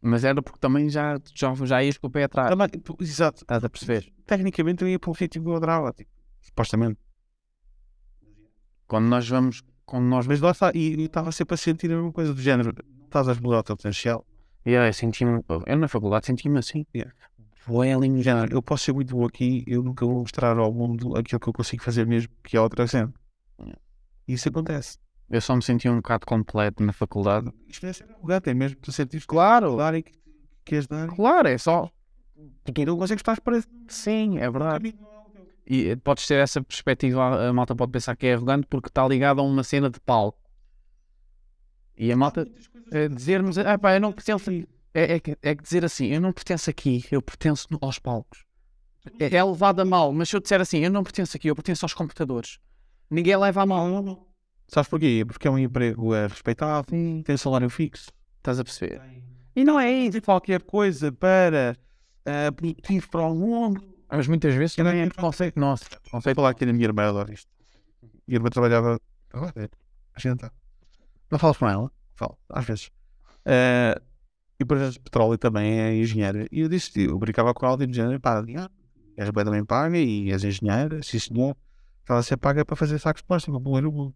Mas era porque também já, já, já ias com o pé atrás. Também, tu- Exato. Estás a perceber? Tecnicamente eu ia para o sítio que eu adorava, tipo, supostamente. Quando nós vamos. Quando nós Mas lá está, e eu estava sempre a sentir a mesma coisa do género. Estás a explorar o teu potencial, E eu senti-me. Eu na faculdade senti-me assim. Yeah. Foi ali no do género, eu posso ser muito bom aqui, eu nunca vou mostrar ao mundo aquilo que eu consigo fazer mesmo, que é outra cena. Isso acontece. Eu só me senti um bocado completo na faculdade. Isto é ser arrogante, é mesmo tu sentires claro, claro e que queres dar. Claro, é só. Porque não consegues estar para Sim, é verdade. E eh, podes ter essa perspectiva, a malta pode pensar que é arrogante porque está ligada a uma cena de palco. E a malta eh, dizermos, ah pá, eu não pertenço. É, é, que- é que dizer assim, eu não pertenço aqui, eu pertenço no- aos palcos. É, é levado a mal, mas se eu disser assim, eu não pertenço aqui, eu pertenço aos computadores. Ninguém leva a mal. Sabes porquê? Porque é um emprego é, respeitável, Sim. tem um salário fixo. Estás a perceber? E não é isso qualquer coisa para ah, produtivo para o mundo. Mas muitas vezes Eu não também é um entendo. preconceito nosso. Não sei é falar aqui na minha irmã, ela diz. Minha irmã trabalhava. Agora, a gente tá. Não falas com ela? falo, às vezes. Eh, e para de petróleo também é engenheiro. E eu disse, eu brincava com ela de género, pá, ah, és bem também paga e és engenheira, se isso não, ela se paga para fazer sacos de plástico, para poluir o mundo.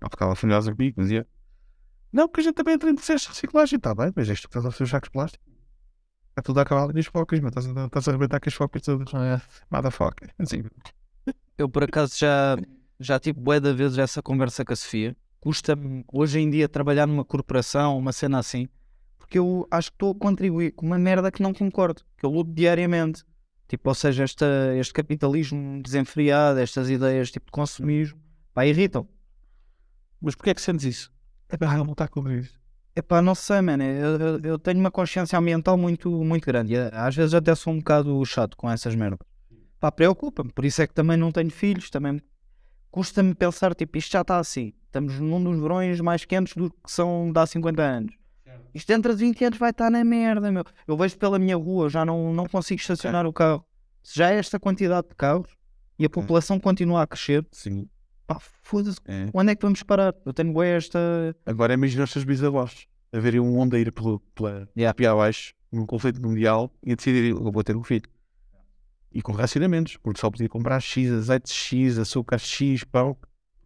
Ela ficava filhosa comigo, dizia, não, porque a gente também entra em processo de reciclagem, está bem, mas és tu que estás a fazer os sacos de plástico. Está tudo a acabar ali nas focas, mas estás a, estás a arrebentar com as focas todas. Mata foca. Assim, Eu por acaso já, já tive bué de vezes essa conversa com a Sofia. Custa-me hoje em dia trabalhar numa corporação, uma cena assim, porque eu acho que estou a contribuir com uma merda que não concordo, que eu luto diariamente. Tipo, ou seja, esta, este capitalismo desenfreado, estas ideias tipo de consumismo, pá, irritam. Mas porquê é que sentes isso? É pá, não está com isso. Epá, não sei, mano. Eu, eu- eu tenho uma consciência ambiental muito, muito grande. E a- às vezes até sou um bocado chato com essas merdas. Pá, preocupa-me. Por isso é que também não tenho filhos. Também me- custa-me pensar, tipo, isto já está assim. Estamos num dos verões mais quentes do que são de há 50 anos. Isto dentro de 20 anos vai estar na merda, meu. Eu vejo pela minha rua, já não, não consigo estacionar o carro. Se já é esta quantidade de carros e a população continua a crescer, Sim. pá, foda-se. É. Onde é que vamos parar? Eu tenho bué esta, Agora imagina os seus bisavós a verem um onda ir pela, pela Yeah. pia abaixo, num conflito mundial, e a decidirem, eu vou ter um filho. E com racionamentos, porque só podia comprar X, azeite X, açúcar X, pão.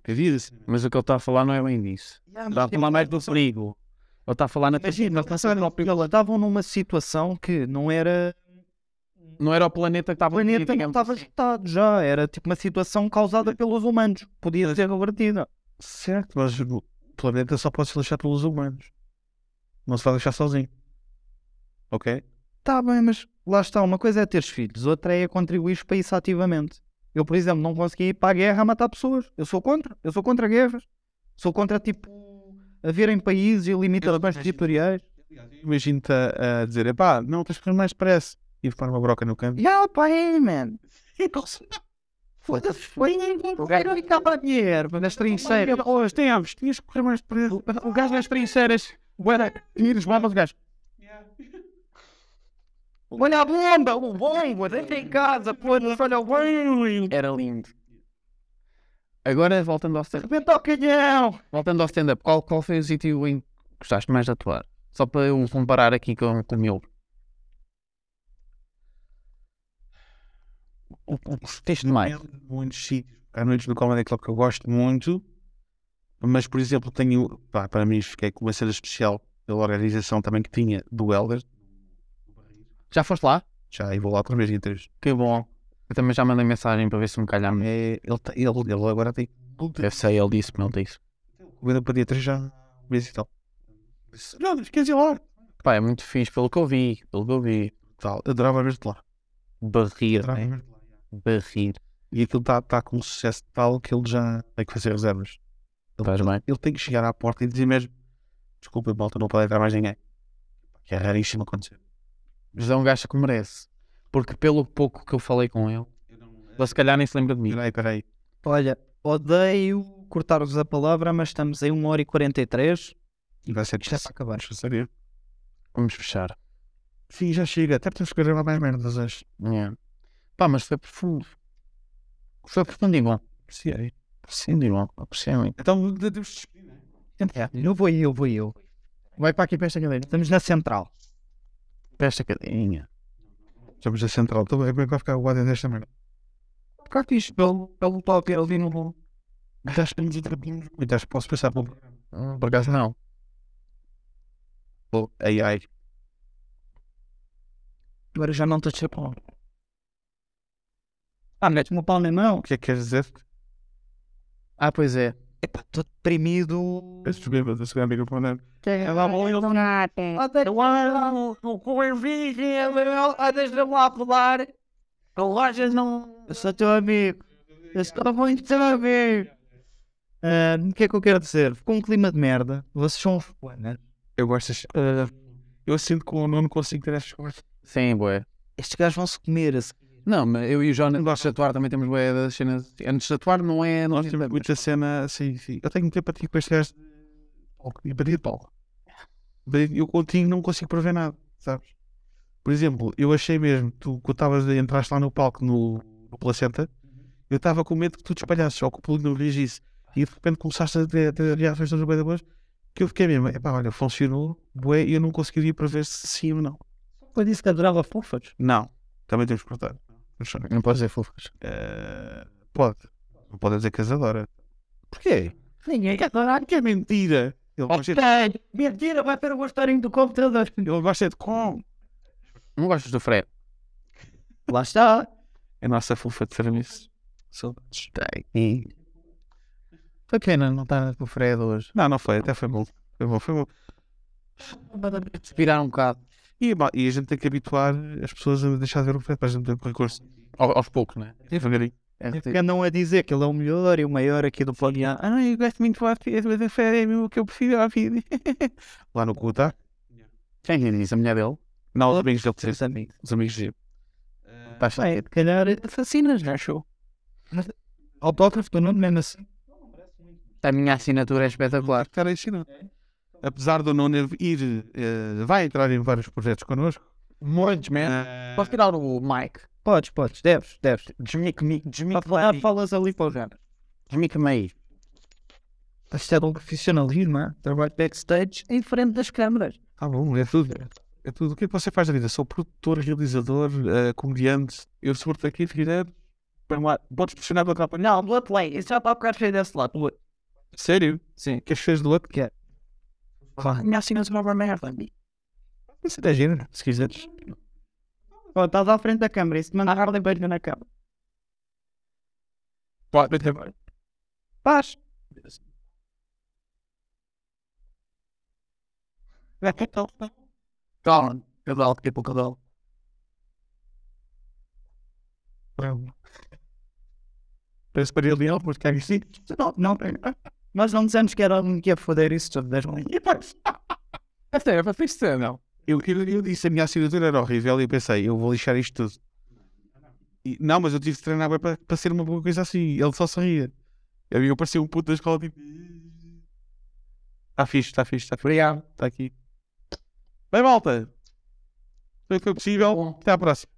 Que diz Mas o que ele está a falar não é bem disso. Está a falar mais do perigo. Ele está a falar na Imagina, passaram ao Eles estavam numa situação que não era. Não era o planeta O que estava planeta não estava assim. agitado já. Era tipo uma situação causada pelos humanos. Podia ser revertida. Certo, mas o planeta só pode ser deixado pelos humanos. Não se vai deixar sozinho. Ok? Tá bem, mas lá está. Uma coisa é teres filhos, outra é contribuir para isso ativamente. Eu, por exemplo, não consegui ir para a guerra a matar pessoas. Eu sou contra. Eu sou contra guerras. Sou contra, tipo, haverem países e limitações territoriais. Imagino-te a, a dizer, pá, não, tens que correr mais depressa. E pôr uma broca no canto. Já, pá, aí, man. Foda-se. foi O gajo ficar para dinheiro, nas trincheiras. Hoje temos, tinhas que correr mais depressa. O gajo nas trincheiras. Boa, tiros, bombas, o gajo. Olha a bomba, o bomba, deixa em casa, pô, não olha o bomba. Era lindo. Agora, voltando ao stand-up. Rebenta o canhão. Voltando ao stand-up, qual, qual foi o sítio em que gostaste mais de atuar? Só para eu comparar aqui com, com o meu. O o que gostaste mais? Não é Muitos sítios. Há noites no Comedy Club que eu gosto muito, mas, por exemplo, tenho. Pá, para mim, fiquei com uma cena especial pela organização também que tinha do Elder. Já foste lá? Já e vou lá outra vez em três. Que bom. Eu também já mandei mensagem para ver se me calhar me. É, ele, te- ele, ele agora tem. Eu sei, ele disse-me, ele disse. Comida para dia 3 já. Vês e tal. Não, não esqueci lá. Pá, é muito fixe pelo que eu vi, pelo que eu vi. Tal, adorava ver-te lá. Barrir, Adorava né? ver-te lá. Barrir. E aquilo está tá com um sucesso tal que ele já tem que fazer reservas. Faz bem. Ele tem que chegar à porta e dizer mesmo: Desculpa, malta, não pode entrar mais ninguém. Que é raríssimo acontecer. Mas é um gajo que merece. Porque pelo pouco que eu falei com ele, ele se calhar nem se lembra de mim. Peraí, peraí. Olha, odeio cortar-vos a palavra, mas estamos em 1 hora e 43. E vai ser Isto é para acabar. Deixa eu saber. Vamos fechar. Sim, já chega. Até temos que gravar mais merdas hoje. É. Pá, mas foi profundo. Foi profundo igual. Apreciei. Profundo igual. Apreciei muito. Então temos de despedir, né? Eu É, vou eu, vou eu. Vai para aqui para esta cadeira. Estamos na central. Para esta cadeirinha. Estamos a central. Então, como é que vai ficar o guarda desta merda? Cá fiz pelo, pelo toque ali no. Estás para nos atrapalhar. Então, acho que posso ah, passar pelo. Hum, Por acaso não. pelo AI. Agora já não estou a pau. Ah, mete-me o pau na mão. O que é que queres dizer? Ah, pois é. Epá, estou deprimido. Peço desculpa, estou a segurar o microfone. Deixa-me lá é falar. A loja não. Eu sou teu amigo. Eu sou muito teu amigo. Ah, O que é que eu quero dizer? Ficou um clima de merda. Vocês são. um uns buenas. Eu gosto deste. Ah, Eu sinto que eu não consigo ter estas conversas. Sim, boé. estes gajos vão se comer. a seguir. Não, mas eu e o João antes de atuar também temos boé das cenas. Antes de atuar não é. Não Nós é- temos muita cena assim. sim. Eu tenho muita empatia com este gajo de palco. E empatia de palco. Bem, Eu contigo não consigo prever nada, sabes? Por exemplo, eu achei mesmo, tu quando estavas a entrar lá no palco, no, no Placenta, eu estava com medo que tu te espalhasses ou que o público não reagisse. E de repente começaste a ter, a ter reações todas bem boas que eu fiquei mesmo, epá, olha, funcionou, bué, e eu não conseguiria prever se sim ou não. Foi disso que adorava fofas. Não, também temos que cortar. Mas, Não pode ser fofas. eh, pode. Não pode dizer que as adora. Porquê? Ninguém quer Ah, que é mentira. Ele gosta de, Mentira, vai para o gostarinho do computador. ele gosta de com. Não gostas do Fred? Lá está. É a nossa fofa de serviço. Saudades. Foi pena não estar com o Fred hoje. Não, não foi, até foi bom. Foi bom, foi bom. Respirar um bocado. E, bom, e a gente tem que habituar as pessoas a deixar de ver o Fred para a gente ter um recurso. Ao- aos poucos, não é? Devagarinho. É E reti- porque andam a dizer que ele é o melhor e o maior aqui do planeado. Ah, eu gosto muito do Fred, mas o Fred é mesmo o que eu preciso à vida. Lá no cu, tá? Quem lhe diz? A mulher dele? Não, os amigos dele, Os amigos. os amigos dele. Estás Bem, é, se calhar assassinas, já achou? autógrafo do Nuno mesmo assim. A minha assinatura é espetacular. Estar a ensinar. Apesar do Nuno ir, eh, vai entrar em vários projetos connosco. Muitos, man. Eh, Posso tirar o mic? Podes, podes, deves, deves. Desmic, mic, desmic, Ah, falas ali para o género. desmic-me aí. Isto é um profissionalismo, é? Trabalho backstage em frente das câmaras. Ah, bom, é tudo. É tudo. O que é que você faz da vida? Sou produtor, realizador, eh, comediante. Eu sou aqui, direto. Vamos lá. Podes pressionar para atrapalhar. Não, do outro lado. Isso já está a ficar cheio desse lado. Sério? Sim. Queres fez do outro? Quero. Claro. Minha assinatura é uma merda. Isso é giro, se quiseres. Oh, estás à frente da câmara. E se te mandar ordem, beijo na câmara. Pode, até vai. Paz. Calma, cadal, tipo cadal. Parece para ele algo, mas quer assim. Não, não. Nós não dizemos que era alguém que ia foder isso tudo. deixa-me ali. Esta é para triste, não? Eu, eu, eu disse a minha assinatura era horrível e eu pensei, eu vou lixar isto tudo. E- não, mas eu tive de treinar bem para, para ser uma boa coisa assim. Ele só sorria. Eu, eu parecia um puto da escola tipo. Está fixe, está fixe, Tá está fixe. Obrigado, está aqui. Bem, malta. Foi o que foi possível. Bom. Até à próxima.